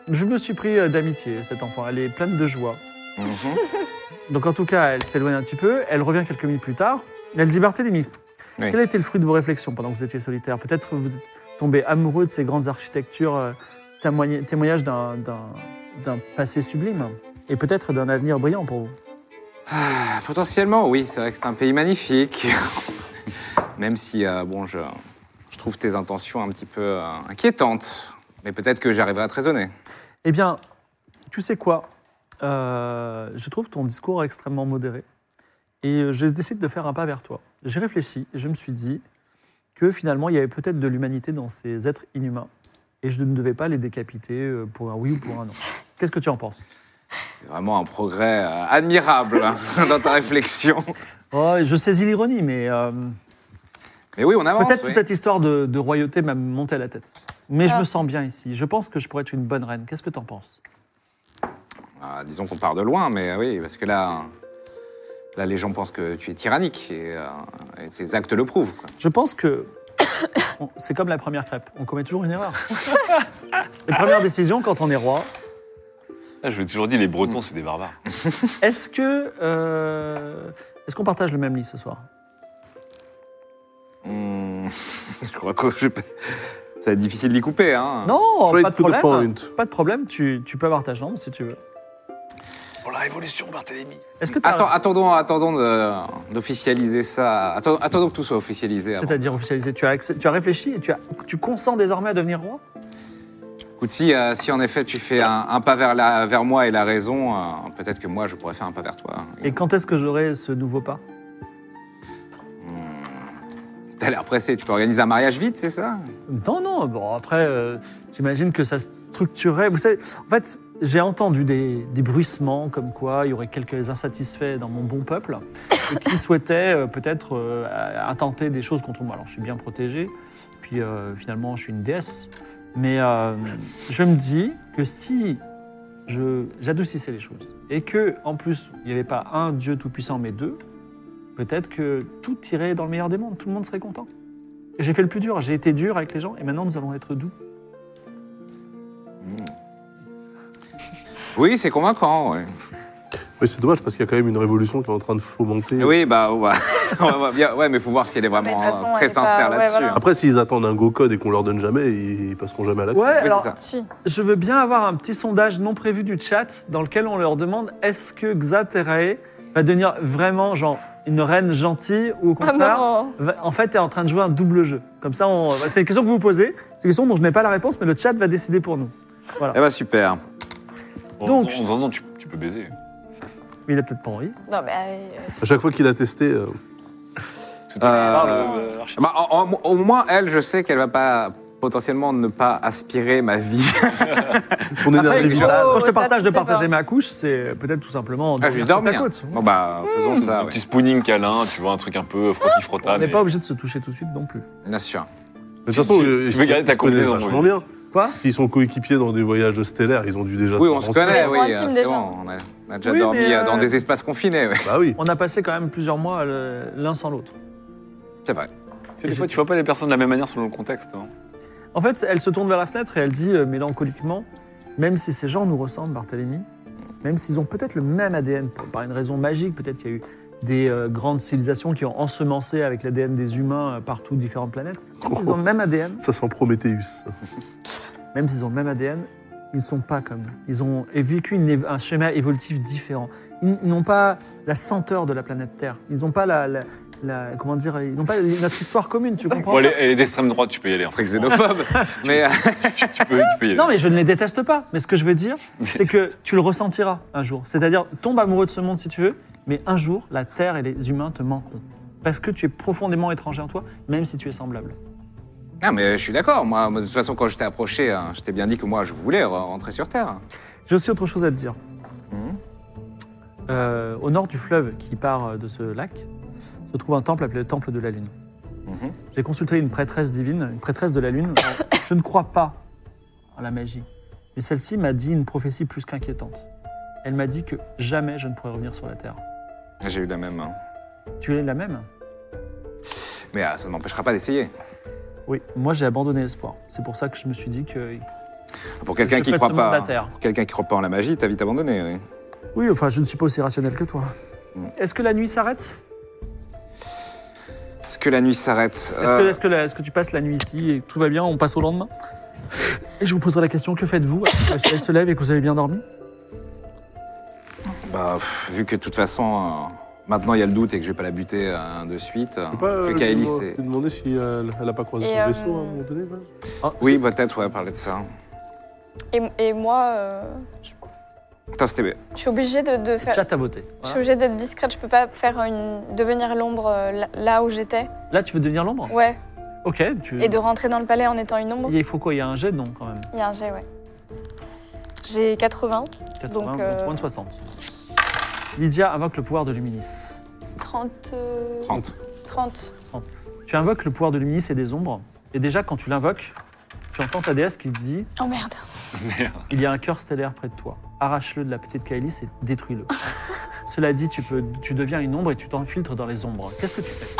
Speaker 1: Je me suis pris euh, d'amitié, cette enfant. Elle est pleine de joie.
Speaker 4: Mhm.
Speaker 1: Donc en tout cas, elle s'éloigne un petit peu, elle revient quelques minutes plus tard. Elle dit Barthélemy,
Speaker 4: Oui.
Speaker 1: quel a été le fruit de vos réflexions pendant que vous étiez solitaire Peut-être vous êtes tombé amoureux de ces grandes architectures, euh, témoign- témoignage d'un- d'un d'un passé sublime et peut-être d'un avenir brillant pour vous.
Speaker 4: Ah, Potentiellement, oui, c'est vrai que c'est un pays magnifique. Même si, euh, bon, je, je trouve tes intentions un petit peu euh, inquiétantes. Mais peut-être que j'arriverai à te raisonner.
Speaker 1: Eh bien, tu sais quoi Euh, Je trouve ton discours extrêmement modéré et je décide de faire un pas vers toi. J'ai réfléchi et je me suis dit que finalement, il y avait peut-être de l'humanité dans ces êtres inhumains et je ne devais pas les décapiter euh, pour un oui ou pour un non. Qu'est-ce que tu en penses
Speaker 4: C'est vraiment un progrès euh, admirable dans ta réflexion.
Speaker 1: Oh, Je saisis l'ironie, mais euh,
Speaker 4: Mais oui, on avance.
Speaker 1: peut-être
Speaker 4: oui.
Speaker 1: toute cette histoire de, de royauté m'a monté à la tête. Mais je
Speaker 5: Ah.
Speaker 1: me sens bien ici. Je pense que je pourrais être une bonne reine. Qu'est-ce que tu en penses
Speaker 4: Ah, disons qu'on part de loin, mais euh, oui, parce que là, là, les gens pensent que tu es tyrannique. Et, euh, et tes actes le prouvent. quoi.
Speaker 1: Je pense que on- c'est comme la première crêpe, on commet toujours une erreur. Les premières décisions quand on est roi.
Speaker 3: Ah, Je l'ai toujours dit, les
Speaker 1: Mm.
Speaker 3: Bretons, c'est des barbares.
Speaker 1: Est-ce que euh, est-ce qu'on partage le même lit ce soir
Speaker 4: Hmm, je crois que je... ça va être difficile d'y couper. Hein.
Speaker 1: Non,
Speaker 2: Straight
Speaker 1: pas de
Speaker 2: to the
Speaker 1: problème.
Speaker 2: point.
Speaker 1: Pas de problème, tu, tu peux avoir ta jambe si tu veux.
Speaker 3: Pour la révolution, Barthélemy.
Speaker 1: Est-ce que t'as-
Speaker 4: Attends, attendons, attendons de- d'officialiser ça. Attends- attendons que tout soit officialisé. avant.
Speaker 1: c'est-à-dire officialisé, tu as, accé- tu as réfléchi et tu, as, tu consens désormais à devenir roi
Speaker 4: Écoute, si, euh, si en effet tu fais un, un pas vers, la, vers moi et la raison, euh, peut-être que moi je pourrais faire un pas vers toi.
Speaker 1: Et quand est-ce que j'aurai ce nouveau pas
Speaker 4: T'as l'air pressé, tu peux organiser un mariage vite, c'est ça
Speaker 1: Non, non, bon, après, euh, j'imagine que ça se structurait. Vous savez, en fait, j'ai entendu des, des bruissements comme quoi il y aurait quelques insatisfaits dans mon bon peuple et qui souhaitaient euh, peut-être euh, intenter des choses contre moi. Alors, je suis bien protégé, puis euh, finalement, je suis une déesse. Mais euh, je me dis que si je- j'adoucissais les choses et que, en plus, il n'y avait pas un Dieu tout-puissant, mais deux, peut-être que tout irait dans le meilleur des mondes, tout le monde serait content. Et J'ai fait le plus dur, j'ai été dur avec les gens et maintenant nous allons être doux.
Speaker 4: Oui, c'est convaincant. ouais.
Speaker 2: Oui, c'est dommage parce qu'il y a quand même une révolution qui est en train de fomenter.
Speaker 4: Et Oui, bah, on va- on va bien- ouais, mais faut voir si elle est vraiment
Speaker 5: Mais de toute façon,
Speaker 4: euh, très
Speaker 5: elle est pas-
Speaker 4: sincère
Speaker 5: ouais,
Speaker 4: là-dessus.
Speaker 5: voilà.
Speaker 4: hein.
Speaker 2: Après, s'ils attendent un go code et qu'on leur donne jamais, ils ils passeront jamais à la
Speaker 1: Ouais,
Speaker 4: Oui,
Speaker 1: alors
Speaker 4: c'est ça.
Speaker 5: Si.
Speaker 1: je veux bien avoir un petit sondage non prévu du chat dans lequel on leur demande est-ce que Xaterae va devenir vraiment genre une reine gentille ou au
Speaker 5: Ah
Speaker 1: contraire
Speaker 5: non
Speaker 1: va- en fait est en train de jouer un double jeu. Comme ça, on... c'est une question que vous vous posez, c'est une question dont je n'ai pas la réponse mais le chat va décider pour nous.
Speaker 4: Eh bah, super.
Speaker 1: Donc,
Speaker 3: Donc,
Speaker 1: je-
Speaker 3: tu, tu peux baiser.
Speaker 1: Mais il a peut-être pas envie.
Speaker 5: Non, mais. euh, euh,
Speaker 2: À chaque fois qu'il a testé, euh,
Speaker 3: C'est toi qui
Speaker 4: Euh,
Speaker 3: parles, euh, Archie.
Speaker 4: Bah, en- en- au moins, elle, je sais qu'elle va pas potentiellement ne pas aspirer ma vie.
Speaker 2: Ton énergie
Speaker 1: Après,
Speaker 2: vitale.
Speaker 5: Oh,
Speaker 1: quand je te
Speaker 5: ça,
Speaker 1: partage
Speaker 5: tu
Speaker 1: de
Speaker 5: sais pas.
Speaker 1: partager ma couche, c'est peut-être tout simplement
Speaker 4: Ah, juste
Speaker 1: dormir côte
Speaker 4: dormir.
Speaker 1: à côte.
Speaker 4: Bon, bah, faisons ça,
Speaker 3: Un
Speaker 4: ouais.
Speaker 3: petit spooning câlin, tu vois, un truc un peu
Speaker 1: On
Speaker 3: frotti-frotta.
Speaker 1: n'est
Speaker 3: mais-
Speaker 1: pas obligé de se toucher tout de suite non plus.
Speaker 4: Bien sûr.
Speaker 2: Mais de toute façon,
Speaker 3: Tu- tu
Speaker 2: ils-
Speaker 3: veux garder ta
Speaker 2: ils se connaissent
Speaker 3: combinaison,
Speaker 2: vachement
Speaker 3: oui.
Speaker 2: bien.
Speaker 1: Quoi
Speaker 2: S'ils sont coéquipiers dans des voyages stellaires, ils ont dû déjà.
Speaker 4: Oui, on se
Speaker 2: rencontrer.
Speaker 4: connaît,
Speaker 5: Ils sont
Speaker 4: oui.
Speaker 5: intimes,
Speaker 4: euh, c'est
Speaker 5: déjà.
Speaker 4: bon, on a, on a déjà
Speaker 1: Oui,
Speaker 4: dormi
Speaker 1: mais,
Speaker 4: euh, dans
Speaker 1: euh,
Speaker 4: des espaces confinés, ouais.
Speaker 2: Bah oui.
Speaker 1: On a passé quand même plusieurs mois euh, l'un sans l'autre.
Speaker 4: C'est vrai.
Speaker 3: Tu sais, Des fois, tu vois pas les personnes de la même manière selon le contexte. hein.
Speaker 1: En fait, elle se tourne vers la fenêtre et elle dit euh, mélancoliquement Même si ces gens nous ressemblent, Barthélemy, même s'ils ont peut-être le même ADN, pour- par une raison magique, peut-être qu'il y a eu des euh, grandes civilisations qui ont ensemencé avec l'ADN des humains euh, partout, différentes planètes, même s'ils ont le même ADN,
Speaker 2: Ça sent Prometheus.
Speaker 1: même s'ils ont le même ADN, ils ne sont pas comme nous. Ils ont vécu une éve- un schéma évolutif différent. Ils ils n'ont pas la senteur de la planète Terre. Ils n'ont pas la. la- la- comment dire Ils n'ont pas notre histoire commune, tu comprends
Speaker 3: Bon, elle est- elle est d'extrême droite, tu peux y aller. hein.
Speaker 4: Très xénophobe. mais euh,
Speaker 3: Tu peux, tu peux y aller.
Speaker 1: Non, mais je ne les déteste pas. Mais ce que je veux dire, c'est que tu le ressentiras un jour. C'est-à-dire, tombe amoureux de ce monde si tu veux, mais un jour, la Terre et les humains te manqueront. Parce que tu es profondément étranger en toi, même si tu es semblable.
Speaker 4: Ah, mais je suis d'accord. Moi, de toute façon, quand je t'ai approché, hein, je t'ai bien dit que moi, je voulais re- rentrer sur Terre.
Speaker 1: J'ai aussi autre chose à te dire.
Speaker 4: Mhm.
Speaker 1: Euh, au nord du fleuve qui part euh, de ce lac, se trouve un temple appelé le Temple de la Lune.
Speaker 4: Mhm.
Speaker 1: J'ai consulté une prêtresse divine, une prêtresse de la Lune. Euh, je ne crois pas en la magie. Mais celle-ci m'a dit une prophétie plus qu'inquiétante. Elle m'a dit que jamais je ne pourrais revenir sur la Terre.
Speaker 4: J'ai eu la même. hein.
Speaker 1: Tu es la même
Speaker 4: Mais euh, ça ne m'empêchera pas d'essayer.
Speaker 1: Oui, moi j'ai abandonné espoir. C'est pour ça que je me suis dit que.
Speaker 4: Pour quelqu'un
Speaker 1: Je
Speaker 4: qui
Speaker 1: fais
Speaker 4: croit
Speaker 1: ce monde
Speaker 4: pas,
Speaker 1: à terre.
Speaker 4: pour quelqu'un qui croit pas en la magie, t'as vite abandonné. Oui.
Speaker 1: Oui, enfin, je ne suis pas aussi rationnel que toi.
Speaker 4: Mm.
Speaker 1: Est-ce que la nuit s'arrête
Speaker 4: Est-ce que la nuit s'arrête
Speaker 1: Est-ce
Speaker 4: Euh,
Speaker 1: que, est-ce que la- est-ce que tu passes la nuit ici et tout va bien On passe au lendemain Et je vous poserai la question que faites-vous après que le soleil se lève et que vous avez bien dormi
Speaker 5: Euh,
Speaker 4: bah, pff, vu que de toute façon, euh, maintenant il y a le doute et que je vais pas la buter euh, de suite. euh,
Speaker 2: Je sais pas,
Speaker 4: que
Speaker 2: euh,
Speaker 4: Kaelis
Speaker 2: tu
Speaker 4: est-
Speaker 2: m'as- tu me demandais si euh, elle n'a pas croisé
Speaker 5: Et,
Speaker 2: ton
Speaker 5: euh,
Speaker 2: vaisseau à un moment donné. là.
Speaker 4: Oui, peut-être, ouais, parler de ça.
Speaker 5: Et, et moi, euh, je
Speaker 4: Putain, c'était.
Speaker 5: je suis obligée de, de faire.
Speaker 1: Chat à voter.
Speaker 5: Je
Speaker 1: Voilà.
Speaker 5: suis obligée d'être discrète. Je peux pas faire une devenir l'ombre euh, là- là où j'étais.
Speaker 1: Là, tu veux devenir l'ombre
Speaker 5: Ouais.
Speaker 1: Ok, tu.
Speaker 5: Et de rentrer dans le palais en étant une ombre.
Speaker 1: Il faut quoi Il y a un jet, non, quand même
Speaker 5: Il y a un jet, ouais. J'ai 80,
Speaker 1: 80,
Speaker 5: Donc, euh,
Speaker 1: moins de 60. Lydia invoque le pouvoir de Luminis.
Speaker 5: 30. euh,
Speaker 4: 30.
Speaker 5: 30.
Speaker 1: Tu invoques le pouvoir de Luminis et des ombres. Et déjà, quand tu l'invoques, tu entends ta déesse qui te dit
Speaker 5: Oh merde.
Speaker 1: Il y a un cœur stellaire près de toi. Arrache-le de la petite Kaelis et détruis-le. Cela dit, tu, peux, tu deviens une ombre et tu t'infiltres dans les ombres. Qu'est-ce que tu fais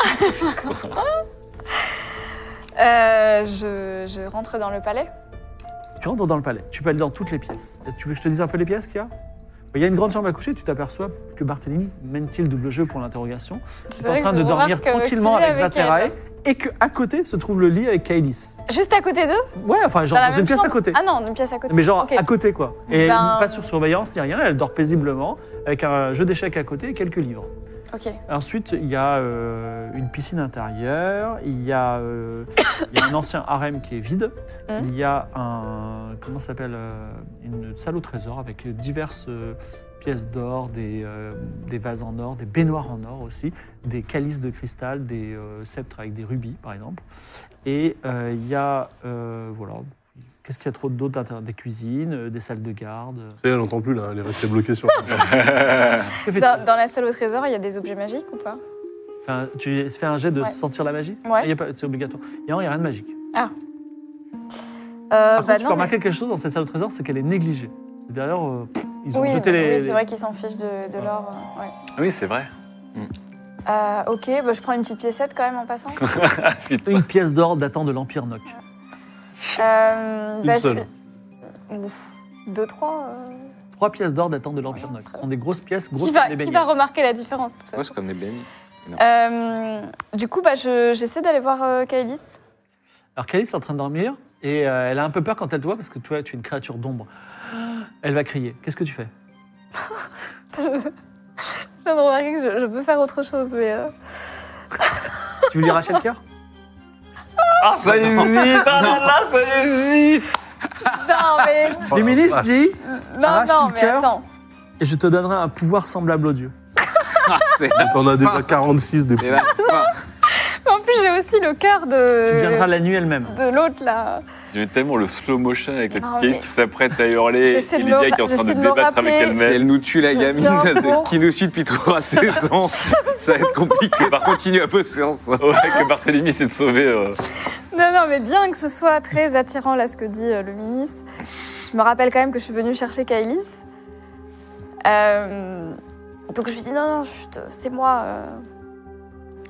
Speaker 5: Euh, je, je rentre dans le palais.
Speaker 1: Tu rentres dans le palais. Tu peux aller dans toutes les pièces. Est-ce que Tu veux que je te dise un peu les pièces qu'il y a Bah, Il y a une grande chambre à coucher. Tu t'aperçois que Barthélemy mène-t-il double jeu pour l'interrogation
Speaker 5: C'est
Speaker 1: Tu es
Speaker 5: vrai
Speaker 1: en
Speaker 5: que
Speaker 1: train
Speaker 5: je
Speaker 1: de dormir
Speaker 5: remarque
Speaker 1: tranquillement
Speaker 5: qu'il est
Speaker 1: avec Zaterae
Speaker 5: elle.
Speaker 1: et que à côté se trouve le lit avec Kaelis.
Speaker 5: Juste à côté d'eux
Speaker 1: Ouais, enfin, genre
Speaker 5: Dans la
Speaker 1: dans
Speaker 5: même
Speaker 1: une pièce à
Speaker 5: chambre
Speaker 1: côté.
Speaker 5: Ah non, une pièce à côté.
Speaker 1: Mais genre
Speaker 5: Ok.
Speaker 1: à côté quoi. Et
Speaker 5: Ben-
Speaker 1: pas sur surveillance ni rien. Elle dort paisiblement avec un jeu d'échecs à côté et quelques livres.
Speaker 5: Ok.
Speaker 1: Ensuite, il y a euh, une piscine intérieure, il y a, euh, il y a un ancien harem qui est vide,
Speaker 5: Mhm.
Speaker 1: il y a un comment ça s'appelle euh, une salle au trésor avec diverses euh, pièces d'or, des, euh, des vases en or, des baignoires en or aussi, des calices de cristal, des euh, sceptres avec des rubis par exemple. Et euh, il y a euh, voilà, qu'est-ce qu'il y a trop d'autre d'intérieur Des cuisines, euh, des salles de garde.
Speaker 2: Et Elle n'entend plus là, elle est restée bloquée sur.
Speaker 1: Que fais-tu
Speaker 5: Dans, dans la salle au trésor, il y a des objets magiques ou pas
Speaker 1: Enfin, tu fais un jet de
Speaker 5: Ouais.
Speaker 1: sentir la magie
Speaker 5: Ouais.
Speaker 1: Il y a pas- C'est obligatoire. Il n'y a rien de magique.
Speaker 5: euh,
Speaker 1: Ah, Par
Speaker 5: bah
Speaker 1: contre, tu peux
Speaker 5: non, mais-
Speaker 1: remarquer quelque chose dans cette salle au trésor, c'est qu'elle est négligée. D'ailleurs, euh, pff, ils ont
Speaker 5: oui,
Speaker 1: jeté
Speaker 5: bah-
Speaker 1: les.
Speaker 5: oui, c'est vrai qu'ils s'en fichent de, de l'or. euh, ouais.
Speaker 3: Ah Oui, c'est vrai.
Speaker 5: Euh, ok, bah, je prends une petite piécette quand même en passant.
Speaker 1: Une pièce d'or datant de l'Empire Noc.
Speaker 5: Euh,
Speaker 2: Une
Speaker 5: bah, je-
Speaker 2: seule.
Speaker 5: Ouf. Deux, trois. euh.
Speaker 1: Trois pièces d'or datant de l'Empire Noc. Ce sont des grosses pièces, grosses
Speaker 5: Qui,
Speaker 1: comme
Speaker 5: va,
Speaker 1: des
Speaker 5: qui
Speaker 1: beignets.
Speaker 5: va remarquer la différence de toute
Speaker 4: Ouais, c'est
Speaker 5: façon
Speaker 4: comme des bénis.
Speaker 5: Euh, Du coup, bah, je- j'essaie d'aller voir euh, Kaelis.
Speaker 1: Alors, Calice est en train de dormir et euh, elle a un peu peur quand elle te voit parce que toi, tu es une créature d'ombre. Elle va crier. Qu'est-ce que tu fais
Speaker 5: je viens de remarquer que je, je peux faire autre chose, mais. euh,
Speaker 1: Tu veux lui arracher le cœur
Speaker 3: Ah, ça hésite Ah là là, ça hésite
Speaker 5: Non, mais.
Speaker 1: Le ministre dit
Speaker 5: Non,
Speaker 1: Arrache
Speaker 5: non,
Speaker 1: le
Speaker 5: mais
Speaker 1: cœur.
Speaker 5: attends.
Speaker 1: Et je te donnerai un pouvoir semblable au dieu.
Speaker 4: Ah, c'est.
Speaker 1: Eh ben,
Speaker 2: T'en as déjà 46 des
Speaker 4: Et là, enfin,
Speaker 5: En plus, j'ai aussi le cœur
Speaker 1: Tu viendras
Speaker 5: de,
Speaker 1: la nuit elle-même.
Speaker 5: de l'autre là.
Speaker 3: J'aime tellement le slow motion avec la
Speaker 5: Non,
Speaker 3: petite
Speaker 5: mais-
Speaker 3: qui s'apprête à hurler
Speaker 5: J'essaie
Speaker 3: et
Speaker 5: de
Speaker 3: Lydia
Speaker 5: me-
Speaker 3: qui est en train de
Speaker 5: j'essaie de me
Speaker 3: débattre avec
Speaker 5: rappeler.
Speaker 4: Si
Speaker 3: elle-même.
Speaker 4: elle nous tue, la
Speaker 5: Je
Speaker 4: gamine
Speaker 5: viens pour-
Speaker 4: qui nous suit depuis trois saisons, ça va être compliqué. Par continue à peu séance.
Speaker 3: Ouais, que Barthélemy s'est sauvé. euh.
Speaker 5: Non, non, mais bien que ce soit très attirant là ce que dit euh, le ministre, je me rappelle quand même que je suis venue chercher Kailis. Euh, donc je lui dis non, non, chut, c'est moi. euh,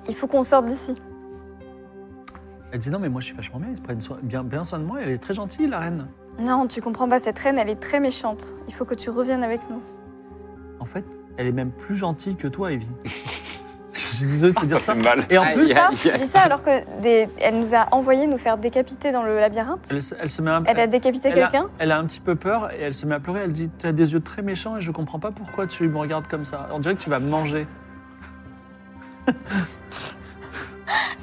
Speaker 5: il faut qu'on sorte d'ici.
Speaker 1: Elle dit non, mais moi je suis vachement bien, ils se prennent soin- bien, bien soin de moi, elle est très gentille, la reine.
Speaker 5: Non, tu comprends pas, cette reine, elle est très méchante. Il faut que tu reviennes avec nous.
Speaker 1: En fait, elle est même plus gentille que toi, Evie. je suis désolé de te dire
Speaker 3: Ça
Speaker 1: ça.
Speaker 3: fait mal.
Speaker 1: Et en
Speaker 4: Aïe,
Speaker 1: plus,
Speaker 4: aïe.
Speaker 5: Ça, je dis ça alors que des- elle nous a envoyé nous faire décapiter dans le labyrinthe.
Speaker 1: elle, se- elle se met un
Speaker 5: Elle a décapité
Speaker 1: elle a-
Speaker 5: quelqu'un
Speaker 1: elle a un petit peu peur et elle se met à pleurer. Elle dit Tu as des yeux très méchants et je comprends pas pourquoi tu me regardes comme ça. On dirait que tu vas me manger.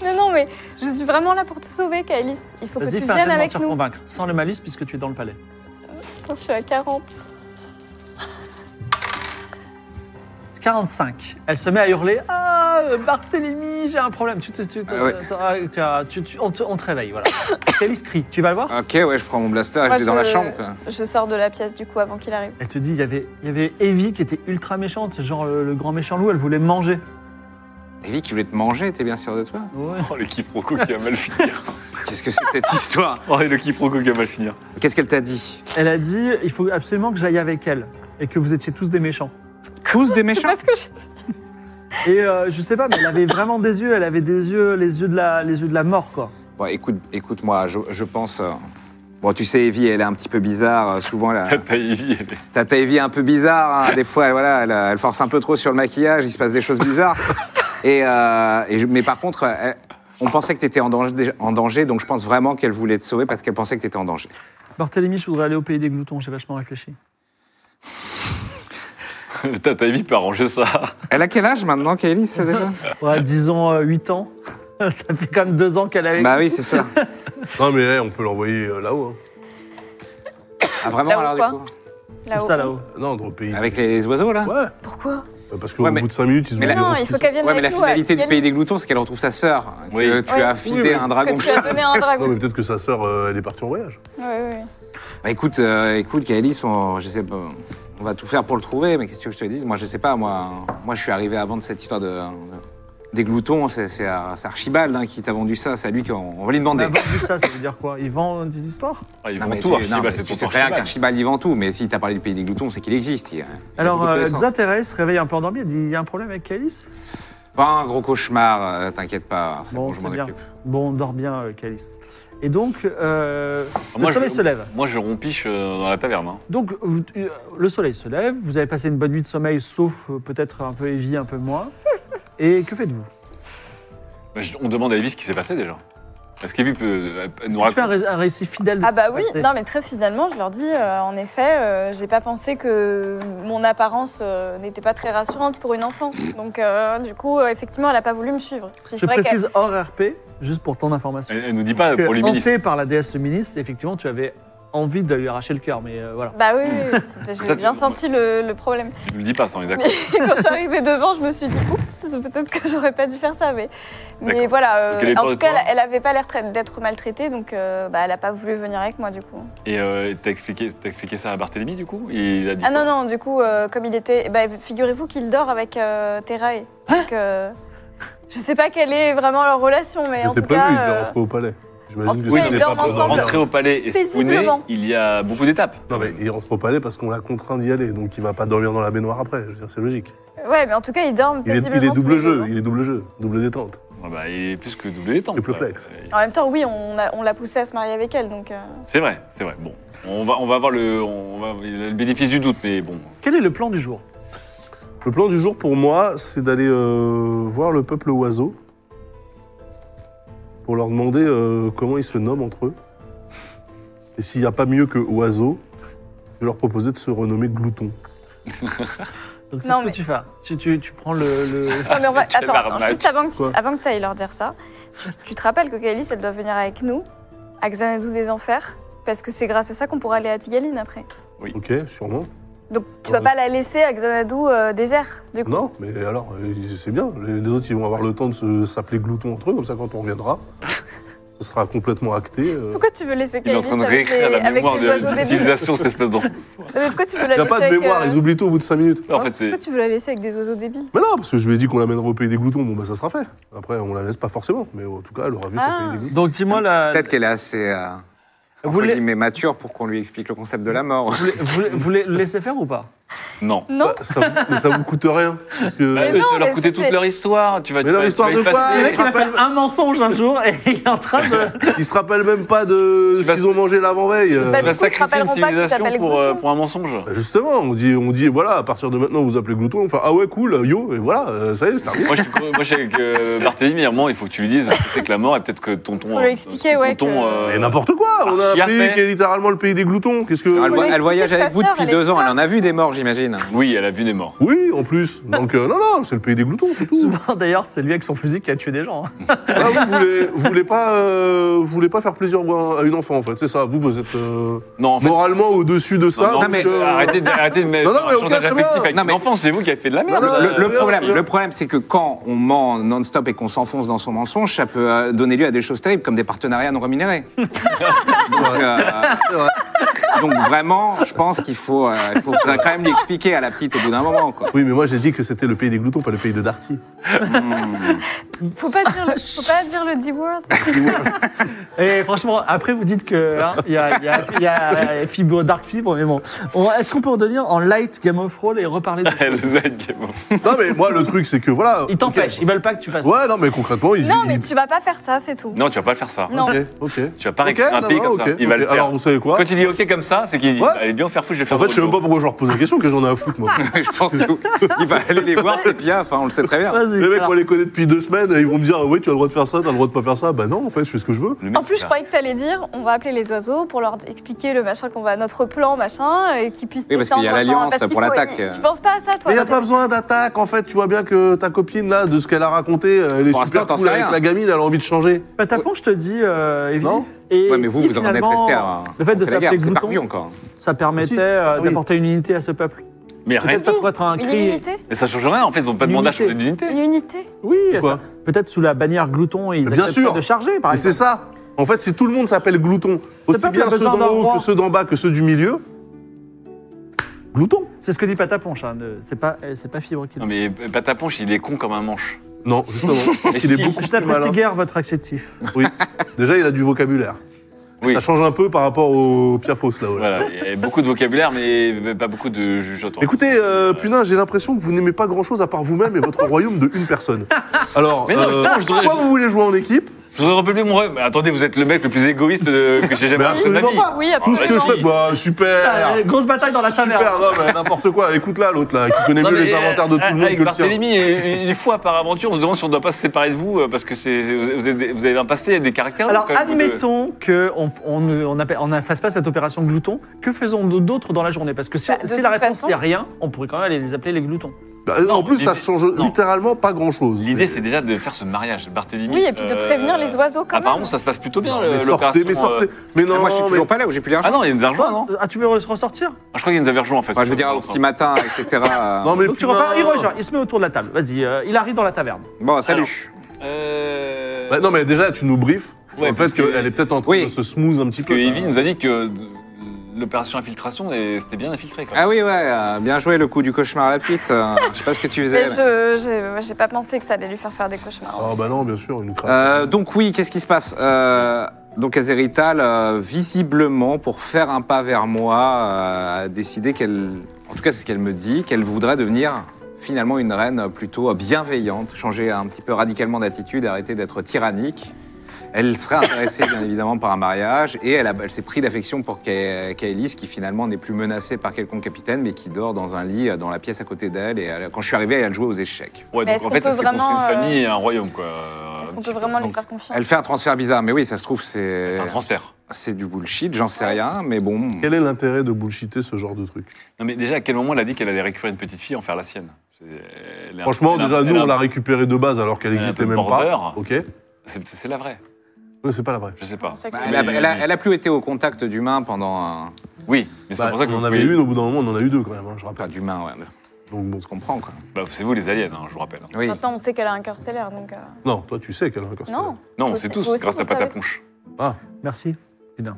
Speaker 5: Non, non, mais je suis vraiment là pour te sauver, Kailis. Il faut que tu
Speaker 1: Vas-y, fais un jet
Speaker 5: viennes
Speaker 1: de
Speaker 5: avec
Speaker 1: mentir
Speaker 5: nous.
Speaker 1: convaincre, sans le malice puisque tu es dans le palais.
Speaker 5: Putain, Je suis à 40.
Speaker 1: C'est 45. Elle se met à hurler Ah, euh, Barthélemy, j'ai un problème. Tu, te- tu, te-
Speaker 4: Ah ouais.
Speaker 1: t'as- t'as- tu- tu- on, te, on te réveille, voilà. Calice crie Tu vas le voir
Speaker 4: Ok, ouais, je prends mon blaster et je
Speaker 5: Moi,
Speaker 4: vais dans
Speaker 5: je-
Speaker 4: la chambre. quoi.
Speaker 5: Je sors de la pièce du coup avant qu'il arrive.
Speaker 1: Elle te dit, il y avait, il y avait Evie qui était ultra méchante, genre le, le grand méchant loup, elle voulait me manger.
Speaker 4: Evie qui voulait te manger, t'es bien sûr de toi
Speaker 1: Ouais.
Speaker 3: Oh, le quiproquo qui va mal finir.
Speaker 4: Qu'est-ce que c'est que cette histoire
Speaker 3: Oh, et le quiproquo qui va mal finir.
Speaker 4: Qu'est-ce qu'elle t'a dit
Speaker 1: Elle a dit, il faut absolument que j'aille avec elle et que vous étiez tous des méchants.
Speaker 4: Tous des
Speaker 5: C'est
Speaker 4: méchants
Speaker 5: pas ce que je...
Speaker 1: Et euh, je sais pas, mais elle avait vraiment des yeux, elle avait des yeux, les yeux de la, les yeux de la mort, quoi.
Speaker 4: Bon, écoute, écoute-moi, je, je pense. euh, Bon, tu sais, Evie, elle est un petit peu bizarre. euh, Souvent, elle a-
Speaker 3: Tata Evie, elle est-
Speaker 4: t'as ta Evie un peu bizarre. hein, Des fois, elle, voilà, elle, euh, elle force un peu trop sur le maquillage. Il se passe des choses bizarres. Et, euh, et je- mais par contre, euh, on pensait que t'étais en danger, en danger, donc je pense vraiment qu'elle voulait te sauver parce qu'elle pensait que t'étais en danger.
Speaker 1: Barthélemy, je voudrais aller au pays des gloutons, j'ai vachement réfléchi.
Speaker 3: Tata Evie peut arranger ça.
Speaker 4: Elle a quel âge maintenant, Kaylee, c'est déjà
Speaker 1: Ouais, disons 8 ans. Ça fait quand même 2 ans qu'elle avait.
Speaker 4: Bah oui, c'est ça.
Speaker 2: Non, mais eh, on peut l'envoyer euh, là-haut.
Speaker 4: Ah, vraiment,
Speaker 5: Là ou
Speaker 4: alors
Speaker 5: quoi
Speaker 4: du coup
Speaker 1: Tout ça là-haut.
Speaker 2: hein. Non, dans le pays.
Speaker 4: Avec les, les oiseaux, là
Speaker 2: Ouais,
Speaker 5: Pourquoi
Speaker 2: bah, parce qu'au
Speaker 4: Ouais, mais-
Speaker 2: bout de 5 minutes, ils
Speaker 4: mais
Speaker 2: ont oh,
Speaker 4: la-
Speaker 5: Non, il faut qu'elle vienne
Speaker 4: Ouais, mais
Speaker 5: avec
Speaker 4: la
Speaker 5: nous.
Speaker 4: finalité
Speaker 5: elle-
Speaker 4: du pays des gloutons, c'est qu'elle retrouve sa sœur. hein,
Speaker 3: Oui.
Speaker 4: Que tu
Speaker 5: Oui.
Speaker 4: as filé
Speaker 2: Oui, mais-
Speaker 4: un
Speaker 5: Que
Speaker 4: dragon.
Speaker 5: tu as donné un
Speaker 2: Non,
Speaker 5: dragon.
Speaker 2: mais peut-être que sa sœur, euh, elle est partie en voyage.
Speaker 5: Oui, oui.
Speaker 4: Bah écoute, euh, écoute, Kaelis, on, je sais pas, on va tout faire pour le trouver, mais qu'est-ce que tu veux que je te dise Moi, je sais pas, moi, moi, je suis arrivé avant de cette histoire de, de- des gloutons, c'est c'est Ar- c'est Archibald hein, qui t'a vendu ça, c'est à lui qu'on on va lui
Speaker 1: On
Speaker 4: demander.
Speaker 1: a
Speaker 3: bah,
Speaker 1: vendu ça, ça veut dire quoi Ils vendent des histoires
Speaker 3: Ah, ils
Speaker 4: Non,
Speaker 3: vont
Speaker 4: mais
Speaker 3: tout,
Speaker 4: tu, non, mais
Speaker 3: Archibald,
Speaker 4: tu
Speaker 3: c'est
Speaker 4: sais
Speaker 3: ton
Speaker 4: très bien
Speaker 3: Archibald.
Speaker 4: qu'Archibald, il vend tout, mais si t'as parlé du pays des gloutons, c'est qu'il existe. il y a- il y a
Speaker 1: Alors,
Speaker 4: beaucoup de
Speaker 1: euh,
Speaker 4: connaissances.
Speaker 1: Xatérès se réveille un peu endormi, elle dit, il y a un problème avec Calice
Speaker 4: Pas un gros cauchemar, euh, t'inquiète pas, c'est
Speaker 1: Bon,
Speaker 4: bon, je
Speaker 1: c'est
Speaker 4: m'en
Speaker 1: bien.
Speaker 4: occupe.
Speaker 1: Bon, on dort bien, euh, Calice. Et donc, euh,
Speaker 3: Moi,
Speaker 1: le
Speaker 3: je-
Speaker 1: soleil se lève.
Speaker 3: Moi, je rompiche euh, dans la taverne. hein.
Speaker 1: Donc, vous- euh, le soleil se lève, vous avez passé une bonne nuit de sommeil, sauf euh, peut-être un peu Evie, un peu moins. Et que faites-vous
Speaker 3: Bah, je- On demande à Evie ce qui s'est passé déjà. Est-ce qu'Evie peut elle- elle nous
Speaker 1: Tu fais un,
Speaker 3: raconte
Speaker 1: ré- un récit fidèle de
Speaker 5: Ah
Speaker 1: ce
Speaker 5: bah
Speaker 1: qui
Speaker 5: oui,
Speaker 1: s'est passé.
Speaker 5: non mais très finalement, je leur dis, euh, en effet, euh, j'ai pas pensé que mon apparence euh, n'était pas très rassurante pour une enfant. Donc euh, du coup, euh, effectivement, elle a pas voulu me suivre.
Speaker 1: Je
Speaker 5: Puis c'est vrai qu'elle-
Speaker 1: précise hors RP, juste pour ton information.
Speaker 3: elle, elle nous dit pas
Speaker 1: que
Speaker 3: pour les
Speaker 4: euh,
Speaker 3: ministres.
Speaker 1: hanté par la déesse luministe, effectivement, tu avais envie de lui arracher le cœur, mais euh, voilà.
Speaker 5: Bah oui, oui, oui, c'était-
Speaker 3: Ça,
Speaker 5: j'ai
Speaker 3: tu-
Speaker 5: bien senti le, le problème.
Speaker 3: Tu nous le dis pas, ça, on est d'accord.
Speaker 5: Et quand je suis arrivée devant, je me suis dit, oups, peut-être que j'aurais pas dû faire ça. Mais, mais
Speaker 3: D'accord.
Speaker 5: voilà, euh,
Speaker 3: Donc, elle est
Speaker 5: en
Speaker 3: pas
Speaker 5: tout cas,
Speaker 3: de toi.
Speaker 5: elle, elle avait pas l'air tra- d'être maltraitée, donc euh, bah, elle a pas voulu venir avec moi du coup.
Speaker 3: Et euh, t'as expliqué, t'as expliqué ça à Barthélemy du coup Il a dit
Speaker 5: Ah non,
Speaker 3: quoi
Speaker 5: non, du coup, euh, comme il était. Bah, figurez-vous qu'il dort avec euh, Terae.
Speaker 3: Hein
Speaker 5: Donc, euh, je sais pas quelle est vraiment leur relation, mais en
Speaker 2: C'était
Speaker 5: tout
Speaker 2: prévu,
Speaker 5: cas.
Speaker 2: il devait
Speaker 5: euh,
Speaker 2: rentrer au palais.
Speaker 5: en tout
Speaker 2: J'imagine que
Speaker 5: cas,
Speaker 2: ça
Speaker 5: ils
Speaker 2: n'est
Speaker 5: dorment
Speaker 2: pas trop
Speaker 5: ensemble.
Speaker 2: normal.
Speaker 3: Rentrer au palais et se fouiner,
Speaker 5: Paisiblement.
Speaker 3: il y a beaucoup d'étapes.
Speaker 2: Non, mais il rentre au palais parce qu'on l'a contraint d'y aller, donc il va pas dormir dans la baignoire après. Je veux dire, c'est logique.
Speaker 5: euh, Ouais, mais en tout cas, ils dorment
Speaker 2: Il est,
Speaker 5: paisiblement
Speaker 2: il est
Speaker 5: tous
Speaker 2: double
Speaker 5: les
Speaker 2: jeu,
Speaker 5: deux, hein.
Speaker 2: il est double jeu, double détente.
Speaker 3: Ah bah, il est plus que doublé temps.
Speaker 2: Triple flex.
Speaker 5: En même temps, oui, on, a- on l'a poussé à se marier avec elle, donc. euh,
Speaker 3: C'est vrai, c'est vrai. Bon, on va, on va avoir le, on va, il a le bénéfice du doute, mais bon.
Speaker 1: Quel est le plan du jour
Speaker 2: Le plan du jour pour moi, c'est d'aller euh, voir le peuple oiseau pour leur demander euh, comment ils se nomment entre eux. Et s'il n'y a pas mieux que oiseau, je vais leur proposer de se renommer glouton.
Speaker 1: Donc c'est
Speaker 5: Non,
Speaker 1: ce que
Speaker 5: mais-
Speaker 1: tu fais. Tu, tu- tu prends le... le-
Speaker 5: Non, mais on va-
Speaker 3: Quelle
Speaker 5: Attends, attends,
Speaker 3: arnaque.
Speaker 5: juste avant que,
Speaker 2: Quoi
Speaker 5: tu, avant que tu ailles leur dire ça, tu, tu te rappelles que Kaelis, elle doit venir avec nous, à Xanadu des Enfers, parce que c'est grâce à ça qu'on pourra aller à Tigaline après.
Speaker 2: Ok, sûrement.
Speaker 5: Donc tu vas pas la laisser à Xanadu euh, désert, du coup.
Speaker 2: Non, mais alors, euh, c'est bien. Les, les autres, ils vont avoir le temps de se- s'appeler gloutons entre eux, comme ça, quand on reviendra, ce sera complètement acté. euh.
Speaker 5: Pourquoi tu veux laisser
Speaker 3: Il est en
Speaker 5: Kailis
Speaker 3: train de
Speaker 5: avec les,
Speaker 3: réécrire la
Speaker 5: avec
Speaker 3: mémoire
Speaker 5: les oiseaux
Speaker 3: de
Speaker 5: des
Speaker 3: la
Speaker 5: nues
Speaker 3: civilisation, cette espèce d'enfant.
Speaker 5: Mais Pourquoi tu veux la
Speaker 2: Il n'y
Speaker 5: laisser
Speaker 2: a pas de
Speaker 5: avec,
Speaker 2: mémoire,
Speaker 5: euh,
Speaker 2: ils oublient tout au bout de 5 minutes.
Speaker 3: En fait, c'est.
Speaker 5: Pourquoi tu veux la laisser avec des oiseaux débiles
Speaker 2: Mais non, parce que je lui ai dit qu'on l'amènerait au pays des gloutons, bon, bah, ça sera fait. Après, on la laisse pas forcément, mais en tout cas, elle aura vu
Speaker 5: Ah.
Speaker 2: son pays des gloutons.
Speaker 1: Donc dis-moi la.
Speaker 4: Peut-être qu'elle est assez euh,
Speaker 1: Vous
Speaker 4: entre
Speaker 1: voulez-
Speaker 4: guillemets mature pour qu'on lui explique le concept de la mort.
Speaker 1: Vous, voulez- vous voulez le laisser faire ou pas
Speaker 3: Non.
Speaker 5: Non
Speaker 2: Bah, Ça, mais ça vous coûte rien. Parce que...
Speaker 3: Bah,
Speaker 5: non,
Speaker 3: ça leur
Speaker 5: mais
Speaker 3: coûtait
Speaker 5: ça,
Speaker 3: toute
Speaker 5: c'est-
Speaker 3: leur histoire. Tu vas,
Speaker 2: Mais
Speaker 3: tu
Speaker 2: leur
Speaker 3: vas- tu
Speaker 2: histoire
Speaker 3: vas
Speaker 2: de
Speaker 3: effacer-
Speaker 2: quoi
Speaker 1: Le
Speaker 2: Il
Speaker 1: mec, il a fait un mensonge un jour et il est en train de.
Speaker 2: Ils se rappellent même pas de
Speaker 3: Tu
Speaker 2: ce
Speaker 3: vas-
Speaker 2: qu'ils ont mangé l'avant-veille. euh.
Speaker 5: Bah,
Speaker 3: Tu vas
Speaker 5: du coup, ils se
Speaker 3: sacrifier une
Speaker 5: rappelleront pas qu'ils
Speaker 3: civilisation
Speaker 5: s'appellent
Speaker 3: pour, euh,
Speaker 5: gloutons.
Speaker 3: pour un mensonge.
Speaker 2: Bah, Justement, on dit, on dit, voilà, à partir de maintenant, vous appelez Glouton, on fait, ah ouais, cool, yo, et voilà, euh, ça y est, c'est terminé.
Speaker 3: Moi, je suis co- moi, je suis avec euh, Barthélemy. à un moment, il faut que tu lui dises ce que c'est que la mort et peut-être que tonton.
Speaker 5: Faut lui expliquer, ouais,
Speaker 3: Tonton.
Speaker 5: que-
Speaker 3: euh,
Speaker 2: Mais n'importe quoi, on
Speaker 3: Ah,
Speaker 2: a un
Speaker 3: si,
Speaker 2: pays
Speaker 3: après.
Speaker 2: qui est littéralement le pays des gloutons, qu'est-ce
Speaker 4: Alors, elle,
Speaker 2: que...
Speaker 4: voy-
Speaker 5: lui
Speaker 4: elle voyage
Speaker 5: expliquer que
Speaker 4: avec vous depuis
Speaker 5: sa sœur, elle est
Speaker 4: deux ans, elle en a
Speaker 5: morte.
Speaker 4: vu des morts, j'imagine.
Speaker 3: Oui, elle a vu des morts.
Speaker 2: Oui, en plus, donc euh, non, non, c'est le pays des gloutons, c'est tout.
Speaker 1: Souvent d'ailleurs, c'est lui avec son fusil qui a tué des gens. hein.
Speaker 2: Ah, vous, voulez, vous, voulez pas, euh, vous voulez pas faire plaisir à une enfant, en fait, c'est ça, vous, vous êtes euh,
Speaker 3: Non, en fait.
Speaker 2: moralement au-dessus de ça.
Speaker 3: Bah, non,
Speaker 2: donc,
Speaker 3: mais
Speaker 2: euh,
Speaker 3: arrêtez de, arrêtez de mettre
Speaker 2: Non, non, mais
Speaker 3: un
Speaker 2: ok,
Speaker 3: chantage
Speaker 2: très bien.
Speaker 3: affectif avec
Speaker 4: Non,
Speaker 3: une
Speaker 4: mais-
Speaker 3: enfant, c'est vous qui avez fait de la merde.
Speaker 2: Non, non,
Speaker 3: Euh,
Speaker 4: Le, le
Speaker 2: Euh,
Speaker 4: problème,
Speaker 2: euh,
Speaker 4: le problème, c'est que quand on ment non-stop et qu'on s'enfonce dans son mensonge, ça peut euh, donner lieu à des choses terribles comme des partenariats non rémunérés. donc, euh, donc vraiment, je pense qu'il faut, euh, il faut quand même lui expliquer à la petite au bout d'un moment. Quoi.
Speaker 2: Oui, mais moi, j'ai dit que c'était le pays des gloutons, pas le pays de Darty. Bah,
Speaker 5: faut pas, dire le, faut pas dire le D-word.
Speaker 1: Et franchement, après vous dites que hein, il y a, il y a- il y a fibre, dark fibre, mais bon. On- Est-ce qu'on peut redevenir en light Game of Roll et reparler de
Speaker 3: le mec, bon.
Speaker 2: Non, mais moi, le truc, c'est que voilà.
Speaker 1: Ils t'empêchent,
Speaker 2: ok.
Speaker 1: ils veulent pas que tu fasses. ça.
Speaker 2: Ouais, non, mais concrètement, ils.
Speaker 5: Non, mais
Speaker 2: ils-
Speaker 5: tu vas pas faire ça, c'est tout.
Speaker 3: Non, tu vas pas le faire ça.
Speaker 5: Non.
Speaker 2: Ok, ok.
Speaker 3: Tu vas pas
Speaker 2: Ok,
Speaker 3: récupérer un
Speaker 2: non,
Speaker 3: pays
Speaker 2: non,
Speaker 3: comme ça.
Speaker 2: ok,
Speaker 3: Il va
Speaker 2: ok.
Speaker 3: le faire.
Speaker 2: Alors, vous savez quoi
Speaker 3: Quand il dit OK comme ça, c'est qu'il dit
Speaker 2: Ouais.
Speaker 3: allez bien faire foutre, je vais faire
Speaker 2: En fait,
Speaker 3: autre
Speaker 2: je sais même pas
Speaker 3: chose.
Speaker 2: pourquoi je leur pose la question, que j'en ai à foutre, moi.
Speaker 4: je pense qu'il va aller les voir, c'est piaf, hein, on le sait très bien.
Speaker 1: Vas-y.
Speaker 2: Les mecs,
Speaker 1: alors.
Speaker 2: moi, les connais depuis deux semaines, et ils vont me dire, oui, tu as le droit de faire ça, tu as le droit de pas faire ça. Bah non, en fait, je fais ce que je veux.
Speaker 3: Le mec,
Speaker 5: En plus,
Speaker 3: il
Speaker 5: je
Speaker 3: va-
Speaker 5: croyais que t'allais dire, on va appeler les oiseaux pour leur expliquer le machin qu'on va, notre plan, machin, et qu'ils puissent.
Speaker 4: Oui, parce qu'il y a
Speaker 5: descendre
Speaker 4: l'alliance
Speaker 5: quand- parce qu'il
Speaker 4: pour
Speaker 5: faut-
Speaker 4: l'attaque. euh.
Speaker 5: il- Tu penses pas à ça, toi
Speaker 2: Mais il a
Speaker 5: c'est-
Speaker 2: pas besoin d'attaque, en fait. Tu vois bien que ta copine, là, de ce qu'elle a raconté, euh, elle est
Speaker 4: Pour l'instant,
Speaker 2: super
Speaker 4: t'en
Speaker 2: cool
Speaker 4: sais
Speaker 2: avec
Speaker 4: rien.
Speaker 2: la gamine, elle a envie de changer.
Speaker 1: Bah, tapons, je te dis, euh, Evie.
Speaker 2: Non.
Speaker 1: Et
Speaker 4: Ouais, mais vous,
Speaker 1: si,
Speaker 4: vous en êtes
Speaker 1: finalement,
Speaker 4: resté à.
Speaker 1: Le fait de
Speaker 4: on fait la guerre,
Speaker 1: s'appeler
Speaker 4: c'est pas revu
Speaker 1: Glouton,
Speaker 4: encore.
Speaker 1: ça permettait
Speaker 2: Si.
Speaker 1: euh,
Speaker 2: Ah oui.
Speaker 1: d'apporter une unité à ce peuple.
Speaker 3: Mais rien.
Speaker 1: Peut-être ça pourrait être un
Speaker 5: Une
Speaker 1: cri.
Speaker 5: unité
Speaker 3: Mais ça change rien. En fait, ils ont pas demandé à
Speaker 1: L'unité.
Speaker 3: changer d'unité.
Speaker 5: Une unité
Speaker 1: Oui,
Speaker 2: Pourquoi
Speaker 1: ça- peut-être sous la bannière glouton, ils
Speaker 2: Mais bien
Speaker 1: accepteraient
Speaker 2: sûr.
Speaker 1: de charger, par
Speaker 2: Mais c'est
Speaker 1: exemple.
Speaker 2: ça. En fait, si tout le monde s'appelle glouton, aussi
Speaker 1: peuple a
Speaker 2: bien ceux
Speaker 1: besoin
Speaker 2: d'en
Speaker 1: d'un
Speaker 2: haut
Speaker 1: roi.
Speaker 2: que ceux d'en bas que ceux du milieu, glouton.
Speaker 1: C'est ce que dit Pataponche, hein, ne- c'est pas, euh, c'est pas Fibre qui
Speaker 3: Non,
Speaker 1: le
Speaker 3: mais Pataponche, il est con comme un manche.
Speaker 2: Non, justement. parce qu'il est
Speaker 3: si.
Speaker 2: beaucoup
Speaker 1: Je
Speaker 2: plus malin.
Speaker 1: n'apprécie guère votre adjectif.
Speaker 2: Oui. Déjà, il a du vocabulaire.
Speaker 3: Oui.
Speaker 2: Ça change un peu par rapport au Piafos, là. ouais.
Speaker 3: Voilà, il y a beaucoup de vocabulaire, mais pas beaucoup de juge
Speaker 2: Écoutez, euh, punain, j'ai l'impression que vous n'aimez pas grand-chose à part vous-même et votre royaume de une personne. Alors,
Speaker 3: Mais non,
Speaker 2: euh,
Speaker 3: justement, je dirais-
Speaker 2: soit vous voulez jouer en équipe,
Speaker 3: Je voudrais repeupler mon rêve. Mais attendez, vous êtes le mec le plus égoïste de- que j'ai jamais
Speaker 2: mais
Speaker 3: vu de ma
Speaker 2: absolument
Speaker 3: vie.
Speaker 2: pas.
Speaker 5: Oui,
Speaker 2: Tout ce que
Speaker 5: absolument.
Speaker 2: je fais, bah super.
Speaker 1: Ah, grosse bataille dans la
Speaker 2: Super,
Speaker 1: taverne.
Speaker 2: non, mais n'importe quoi. Écoute là, l'autre là, qui connaît
Speaker 3: Non,
Speaker 2: mieux
Speaker 3: mais,
Speaker 2: les
Speaker 3: euh,
Speaker 2: inventaires de tout le monde
Speaker 3: Avec
Speaker 2: que le tien.
Speaker 3: Barthélemy, et- et une fois par aventure, on se demande si on ne doit pas se séparer de vous euh, parce que c'est vous avez, vous avez un passé, des caractères. euh,
Speaker 1: Alors,
Speaker 3: quand même,
Speaker 1: admettons qu'on on, ne- on, appelle- on ne fasse pas cette opération glouton. Que faisons d'autre dans la journée Parce que si,
Speaker 5: Bah, de
Speaker 1: si la
Speaker 5: toute
Speaker 1: réponse,
Speaker 5: façon-
Speaker 1: c'est rien, on pourrait quand même aller les appeler les gloutons.
Speaker 2: Bah, en plus, ça
Speaker 3: l'idée-
Speaker 2: change
Speaker 3: non.
Speaker 2: littéralement pas grand-chose.
Speaker 3: de- euh, L'idée, c'est déjà de faire ce mariage, Barthélemy.
Speaker 5: Oui, et puis de
Speaker 3: euh,
Speaker 5: prévenir les oiseaux quand
Speaker 3: Apparemment,
Speaker 5: même.
Speaker 3: ça se passe plutôt bien.
Speaker 2: Non,
Speaker 3: le-
Speaker 2: mais
Speaker 3: l'opération,
Speaker 2: sortez, mais sortez.
Speaker 3: euh,
Speaker 2: Mais non,
Speaker 4: Ah, moi, je suis
Speaker 2: mais-
Speaker 4: toujours pas là où j'ai plus
Speaker 3: Ah
Speaker 4: l'argent.
Speaker 3: non, il nous a rejoint, non
Speaker 1: Ah, tu veux re- ressortir
Speaker 3: Ah, Je crois qu'il nous avait rejoint en fait.
Speaker 4: Enfin, je veux dire, au petit matin, etc. euh,
Speaker 2: Non, mais
Speaker 1: Donc, tu
Speaker 2: putain.
Speaker 1: repars, il revient, il se met autour de la table. Vas-y, euh, il arrive dans la taverne.
Speaker 4: Bon, salut.
Speaker 3: Euh,
Speaker 2: Bah, non, mais déjà, tu nous briefes.
Speaker 3: Ouais,
Speaker 2: en fait,
Speaker 3: parce que-
Speaker 2: qu'elle est peut-être en train
Speaker 4: Oui.
Speaker 2: de se smooth un petit
Speaker 3: Parce que
Speaker 2: peu.
Speaker 3: Evie nous a dit que euh, l'opération infiltration, et c'était bien infiltré quand même.
Speaker 4: Ah oui, ouais, euh, bien joué le coup du cauchemar à la pite. euh, je sais pas ce que tu faisais.
Speaker 5: Mais
Speaker 4: mais-
Speaker 5: je- j'ai- j'ai pas pensé que ça allait lui faire faire des cauchemars.
Speaker 4: Oh,
Speaker 2: Ah, bah non, bien sûr, une crasse.
Speaker 4: Euh, donc oui, qu'est-ce qui se passe Euh, Donc Azerital, euh, visiblement, pour faire un pas vers moi, euh, a décidé qu'elle, en tout cas c'est ce qu'elle me dit, qu'elle voudrait devenir finalement une reine plutôt bienveillante, changer un petit peu radicalement d'attitude, arrêter d'être tyrannique. Elle serait intéressée bien évidemment par un mariage et elle, a- elle s'est pris d'affection pour Ka- Kaelis qui finalement n'est plus menacée par quelconque capitaine mais qui dort dans un lit euh, dans la pièce à côté d'elle et elle- quand je suis arrivé elle jouait aux échecs.
Speaker 3: Ouais,
Speaker 5: Mais
Speaker 3: donc
Speaker 5: est-ce
Speaker 3: en
Speaker 5: qu'on
Speaker 3: fait,
Speaker 5: peut
Speaker 3: elle s'est construite
Speaker 5: vraiment,
Speaker 3: une
Speaker 5: euh,
Speaker 3: famille et un royaume, quoi.
Speaker 5: Est-ce
Speaker 3: Un
Speaker 5: qu'on
Speaker 3: petit
Speaker 5: peut
Speaker 3: peu.
Speaker 5: vraiment lui
Speaker 3: Donc,
Speaker 5: faire confiance
Speaker 4: Elle fait un transfert bizarre, mais oui, ça se trouve, c'est
Speaker 3: c'est
Speaker 2: euh,
Speaker 3: un transfert.
Speaker 4: c'est du bullshit, j'en sais rien, mais bon.
Speaker 2: Quel est l'intérêt de bullshiter ce genre de truc
Speaker 3: Non, mais déjà, à quel moment elle a dit qu'elle allait récupérer une petite fille et en faire la sienne C'est- elle est un-
Speaker 2: Franchement,
Speaker 3: elle a-
Speaker 2: déjà,
Speaker 3: elle
Speaker 2: nous,
Speaker 3: a-
Speaker 2: on l'a récupérée de base alors qu'elle
Speaker 3: elle a un
Speaker 2: existait
Speaker 3: peu
Speaker 2: même
Speaker 3: border.
Speaker 2: pas. Ok
Speaker 3: C'est c'est la vraie.
Speaker 2: Non, C'est pas la vraie.
Speaker 3: Je sais pas.
Speaker 5: On sait que-
Speaker 4: Bah, Elle a, elle a- elle a plus été au contact d'humains pendant un-
Speaker 3: Oui, mais c'est
Speaker 2: Bah,
Speaker 3: pas pour ça que
Speaker 2: on en
Speaker 3: vous
Speaker 2: avait
Speaker 3: pouvez-
Speaker 2: une, au bout d'un moment, on en a eu deux quand même, hein, je
Speaker 4: Enfin,
Speaker 2: rappelle.
Speaker 4: d'humain, ouais.
Speaker 2: Donc bon.
Speaker 4: On se comprend, quoi.
Speaker 3: Bah, c'est vous les aliens, hein, je vous rappelle.
Speaker 4: Oui.
Speaker 5: Maintenant, on sait qu'elle a un cœur stellaire, donc. euh,
Speaker 2: Non, toi, tu sais qu'elle a un corps
Speaker 5: Non.
Speaker 3: Non, on
Speaker 5: Vous
Speaker 3: sait
Speaker 5: aussi-
Speaker 3: tous,
Speaker 5: vous aussi,
Speaker 3: grâce
Speaker 5: vous
Speaker 3: à
Speaker 5: le
Speaker 3: Pâte à
Speaker 5: savez.
Speaker 3: Ponche.
Speaker 1: Merci. Putain.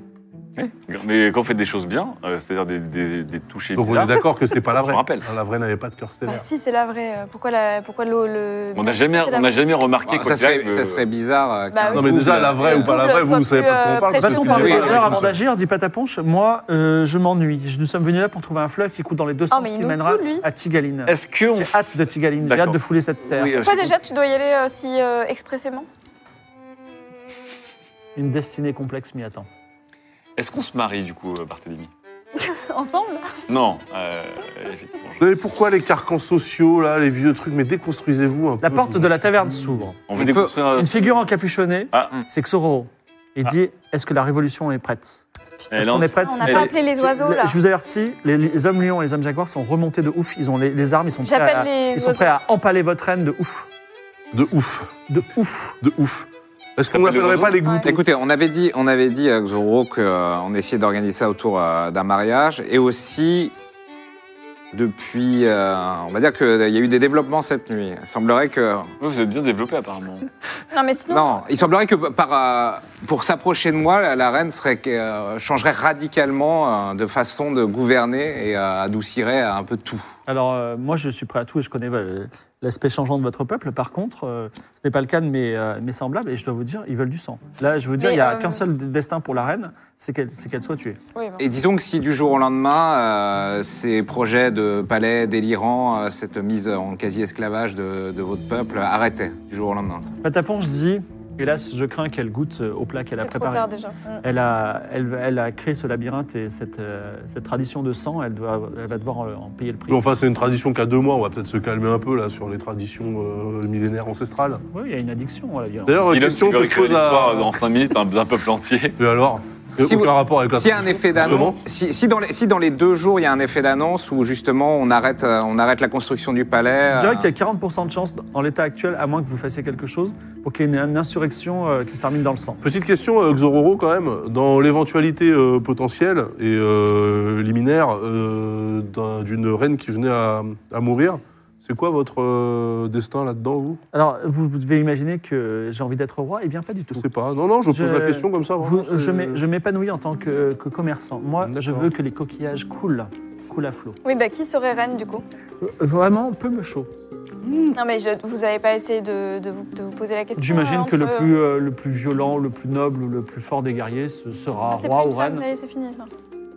Speaker 3: Oui. Mais quand vous faites des choses bien, euh, c'est-à-dire des, des, des touches
Speaker 2: Donc on
Speaker 3: bizarres,
Speaker 2: est d'accord que c'est pas la
Speaker 3: Je
Speaker 2: vraie.
Speaker 3: me rappelle.
Speaker 2: Hein, La vraie n'avait pas de cœur
Speaker 5: Bah
Speaker 2: stellaire.
Speaker 5: si, c'est la vraie. euh, Pourquoi la, pourquoi le, le-
Speaker 3: on n'a jamais,
Speaker 5: c'est la
Speaker 3: on n'a
Speaker 5: vraie.
Speaker 3: jamais remarqué
Speaker 4: Bon,
Speaker 3: quoi
Speaker 4: ça, serait,
Speaker 3: que-
Speaker 4: ça serait bizarre. euh,
Speaker 5: Bah
Speaker 4: qu'un
Speaker 5: oui.
Speaker 2: Non mais déjà
Speaker 4: couple-
Speaker 2: la vraie ou pas la
Speaker 5: Double
Speaker 2: vraie, vous,
Speaker 5: soit
Speaker 2: vous savez
Speaker 5: plus,
Speaker 2: pas de quoi on parle.
Speaker 5: euh, précis.
Speaker 2: parce
Speaker 5: Parce
Speaker 2: que-
Speaker 1: Va-t-on
Speaker 5: que-
Speaker 1: parler
Speaker 4: oui,
Speaker 1: des
Speaker 4: oui,
Speaker 1: heures
Speaker 4: oui,
Speaker 1: avant
Speaker 4: je me
Speaker 1: d'agir dit Pataponche. Moi, euh, je m'ennuie. Je- Nous sommes venus là pour trouver un fleuve qui coule dans les deux
Speaker 5: Ah,
Speaker 1: sens
Speaker 5: mais il
Speaker 1: qui
Speaker 5: nous
Speaker 1: mènera
Speaker 5: saoule, lui.
Speaker 1: à Tigaline.
Speaker 3: Est-ce que on
Speaker 1: J'ai hâte de Tigaline. J'ai
Speaker 3: D'accord.
Speaker 1: hâte de fouler cette terre.
Speaker 3: Oui, euh,
Speaker 5: Pourquoi
Speaker 3: j'ai
Speaker 5: déjà tu dois y aller euh, si euh, expressément
Speaker 1: Une destinée complexe m'y attend.
Speaker 3: compris. Est-ce qu'on se marie du coup, euh, Barthélemy
Speaker 5: Ensemble
Speaker 3: Non, euh, effectivement. je-
Speaker 2: Vous savez pourquoi les carcans sociaux, là, les vieux trucs, mais déconstruisez-vous un peu.
Speaker 1: La porte de la taverne s'ouvre.
Speaker 3: On veut
Speaker 4: On peut-
Speaker 3: déconstruire. euh,
Speaker 1: Une figure encapuchonnée,
Speaker 3: Ah.
Speaker 1: c'est Xororo. Il
Speaker 3: Ah.
Speaker 1: dit Est-ce que la révolution est prête Est-ce
Speaker 3: elle est en-
Speaker 1: qu'on est prête
Speaker 5: On n'a
Speaker 3: Elle-
Speaker 5: pas appelé les oiseaux là.
Speaker 1: Je vous avertis, les, les hommes lions et les hommes jaguars sont remontés de ouf. Ils ont les, les armes, ils sont prêts,
Speaker 5: J'appelle
Speaker 1: à,
Speaker 5: les
Speaker 1: ils sont
Speaker 5: oiseaux.
Speaker 1: prêts à empaler votre reine de ouf.
Speaker 2: De ouf,
Speaker 1: De ouf.
Speaker 2: de ouf. Est-ce qu'on
Speaker 3: Ça fait
Speaker 2: n'appellerait
Speaker 3: le
Speaker 2: pas les gouttes
Speaker 5: Ouais.
Speaker 4: Écoutez, on avait dit, on avait dit euh, à Xoro qu'on essayait d'organiser ça autour euh, d'un mariage et aussi depuis, euh, on va dire qu'il y a eu des développements cette nuit. Il semblerait que
Speaker 3: Ouais, vous êtes bien développé apparemment.
Speaker 5: Non mais sinon,
Speaker 4: non, il semblerait que par euh, pour s'approcher de moi, la- la reine serait euh, changerait radicalement euh, de façon de gouverner et euh, adoucirait un peu tout.
Speaker 1: Alors, euh, moi, je suis prêt à tout et je connais euh, l'aspect changeant de votre peuple. Par contre, euh, ce n'est pas le cas de mes, euh, mes semblables et je dois vous dire, ils veulent du sang. Là, je veux dire,
Speaker 5: Mais,
Speaker 1: il n'y a
Speaker 5: euh,
Speaker 1: qu'un seul destin pour la reine, c'est qu'elle c'est qu'elle soit tuée.
Speaker 5: oui, bon.
Speaker 4: Et disons que si du jour au lendemain, euh, ces projets de palais délirants, euh, cette mise en quasi-esclavage de, de votre peuple arrêtaient du jour au lendemain.
Speaker 1: Pataponche dit Hélas, je crains qu'elle goûte euh, au plat qu'elle a
Speaker 5: c'est trop
Speaker 1: préparé.
Speaker 5: tard déjà. Mm.
Speaker 1: Elle a, elle, elle a créé ce labyrinthe et cette, euh, cette tradition de sang, elle, doit, elle va devoir euh, en payer le prix.
Speaker 2: Mais enfin, c'est une tradition qu'à deux mois, on va peut-être se calmer un peu là sur les traditions euh, millénaires ancestrales.
Speaker 1: Oui, il y a une addiction à la violence.
Speaker 2: D'ailleurs,
Speaker 3: Dylan,
Speaker 2: question
Speaker 3: tu veux
Speaker 2: que je
Speaker 3: réécrire
Speaker 2: pose à.
Speaker 3: l'histoire dans 5 minutes hein, d'un peuple entier.
Speaker 2: Mais alors
Speaker 4: Si
Speaker 2: Aucun
Speaker 4: vous-
Speaker 2: rapport avec la
Speaker 4: S'il y a un effet d'annonce,
Speaker 2: Justement.
Speaker 4: si, si dans les, si dans les deux jours il y a un effet d'annonce où justement on arrête, euh, on arrête la construction du palais,
Speaker 1: Je dirais
Speaker 4: euh,
Speaker 1: qu'il y a 40% de chance en l'état actuel, à moins que vous fassiez quelque chose, pour qu'il y ait une, une insurrection euh, qui se termine dans le sang.
Speaker 2: Petite question, euh, Xororo, quand même. Dans l'éventualité euh, potentielle et euh, liminaire euh, d'un- d'une reine qui venait à, à mourir, c'est quoi votre euh, destin là-dedans, vous
Speaker 1: Alors, vous, vous devez imaginer que j'ai envie d'être roi Eh bien, pas du
Speaker 2: Je
Speaker 1: tout.
Speaker 2: sais pas. Non, non, je pose
Speaker 1: Je-
Speaker 2: la question comme ça.
Speaker 1: Vous-
Speaker 2: vraiment,
Speaker 1: je
Speaker 2: c'est-
Speaker 1: m'é- je m'épanouis en tant que, que commerçant. Moi, je
Speaker 2: D'accord.
Speaker 1: veux que les coquillages coulent, coulent à flot.
Speaker 5: Oui, bah qui serait reine du coup
Speaker 1: Euh, Vraiment, peu me chaud.
Speaker 5: Non mais je- vous avez pas essayé de, de vous, de vous poser la question
Speaker 1: J'imagine
Speaker 5: euh,
Speaker 1: que le
Speaker 5: entre-
Speaker 1: plus, euh, le plus violent, le plus noble, ou le plus fort des guerriers, ce sera
Speaker 5: Ah, c'est
Speaker 1: roi
Speaker 5: plus
Speaker 1: ou
Speaker 5: une femme,
Speaker 1: reine.
Speaker 5: ça y est, c'est fini ça.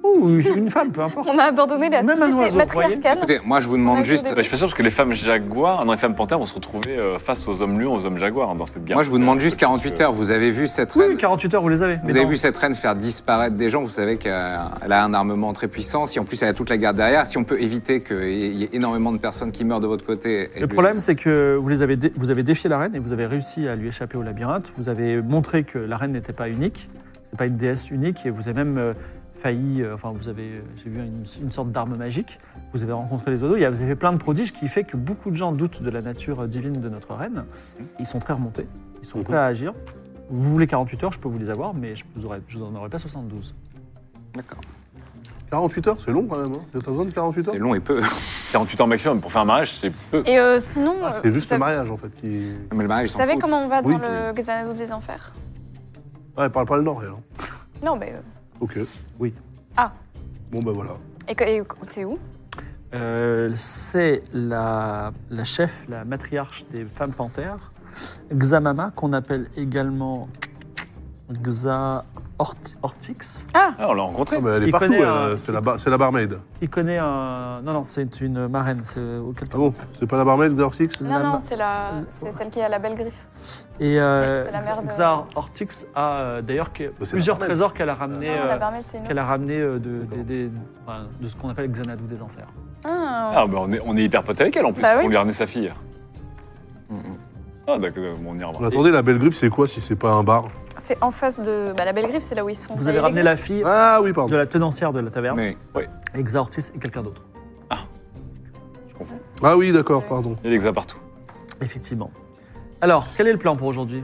Speaker 1: Ou une femme, peu importe.
Speaker 5: On a abandonné la
Speaker 1: Même un
Speaker 5: société
Speaker 1: oiseau,
Speaker 5: matriarcale.
Speaker 4: écoutez, moi je vous
Speaker 5: On a
Speaker 4: demande
Speaker 5: que
Speaker 4: juste,
Speaker 3: Bah, je suis pas sûr parce que les femmes jaguars, non, les femmes panthères vont se retrouver euh, face aux hommes lions, aux hommes jaguars hein, dans cette guerre.
Speaker 4: moi je vous demande juste 48 heures. Vous avez vu cette reine
Speaker 1: Oui, 48 heures, vous les avez.
Speaker 4: Vous avez vu cette reine faire disparaître des gens, vous savez qu'elle a un armement très puissant, si en plus elle a toute la garde derrière, si on peut éviter qu'il y ait énormément de personnes qui meurent de votre côté. et
Speaker 1: Le
Speaker 4: que-
Speaker 1: problème, c'est que vous, les avez dé- vous avez défié la reine et vous avez réussi à lui échapper au labyrinthe. Vous avez montré que la reine n'était pas unique, c'est pas une déesse unique, et vous avez même euh, failli. euh, enfin, vous avez, euh, j'ai vu une, une sorte d'arme magique. Vous avez rencontré les oiseaux. Il y a- vous avez fait plein de prodiges qui fait que beaucoup de gens doutent de la nature euh, divine de notre reine. Ils sont très remontés. Ils sont prêts à agir. Vous voulez 48 heures, je peux vous les avoir, mais je vous, aurais- je vous en aurai pas 72.
Speaker 4: D'accord.
Speaker 2: 48 heures, c'est long quand même. Hein. T'as besoin de 48 heures
Speaker 4: C'est long et peu.
Speaker 3: 48 heures maximum pour faire un mariage, c'est peu.
Speaker 5: Et euh, sinon,
Speaker 2: Ah,
Speaker 5: euh,
Speaker 2: C'est juste
Speaker 5: vous,
Speaker 2: le
Speaker 5: savez,
Speaker 2: mariage en fait qui.
Speaker 4: Mais le mariage, ils
Speaker 5: vous
Speaker 4: s'en
Speaker 5: savez
Speaker 4: foutent.
Speaker 5: comment on va
Speaker 2: Oui,
Speaker 5: dans le Xanadu des Enfers
Speaker 2: Ah, elle parle pas le nord, elle. hein.
Speaker 5: Non mais... euh,
Speaker 2: Ok.
Speaker 1: Oui.
Speaker 5: Ah.
Speaker 2: Bon, bah voilà.
Speaker 5: et que- et c'est où
Speaker 1: Euh, c'est la, la chef, la matriarche des femmes panthères, Xamama, qu'on appelle également Xa Hort- Hortix.
Speaker 3: Ah, on l'a rencontré.
Speaker 2: Ah, mais elle est
Speaker 1: Il
Speaker 2: partout,
Speaker 1: connaît hein.
Speaker 2: elle,
Speaker 1: un-
Speaker 2: euh, c'est la, bar- c'est la barmaid.
Speaker 1: Il connaît un. Non, non, c'est une marraine, c'est auquel
Speaker 2: Ah bon C'est pas la barmaid d'Orsix
Speaker 5: Non,
Speaker 1: La ma-
Speaker 5: non, c'est la... c'est celle qui a la belle griffe.
Speaker 1: Et euh,
Speaker 5: C'est la mère de-
Speaker 1: Xa Hortix a euh, d'ailleurs que-
Speaker 2: Bah, c'est la
Speaker 1: plusieurs
Speaker 2: marraine.
Speaker 1: trésors qu'elle a ramenés.
Speaker 5: non,
Speaker 1: euh,
Speaker 5: Ah, la barmaid, c'est une autre.
Speaker 1: qu'elle a ramené de,
Speaker 2: D'accord.
Speaker 1: des- des- enfin, de ce qu'on appelle Xanadu des Enfers.
Speaker 5: Ah,
Speaker 3: Ah, bah, on, est, on est hyper potes avec elle en plus.
Speaker 5: Bah oui.
Speaker 3: On lui a ramené sa fille.
Speaker 4: Mhm.
Speaker 3: Ah, d'accord, bon, on y reviendra.
Speaker 2: Attendez, la belle griffe, c'est quoi si c'est pas un bar
Speaker 5: C'est en face de. Bah, la belle griffe, c'est là où ils se font.
Speaker 1: Vous avez ramené la fille
Speaker 2: Ah oui,
Speaker 1: de
Speaker 2: pardon.
Speaker 1: la tenancière de la taverne,
Speaker 4: Mais-
Speaker 1: et Xa Hortix et quelqu'un d'autre.
Speaker 2: Ah oui, d'accord, pardon.
Speaker 3: Il y a des xa partout.
Speaker 1: Effectivement. Alors, quel est le plan pour aujourd'hui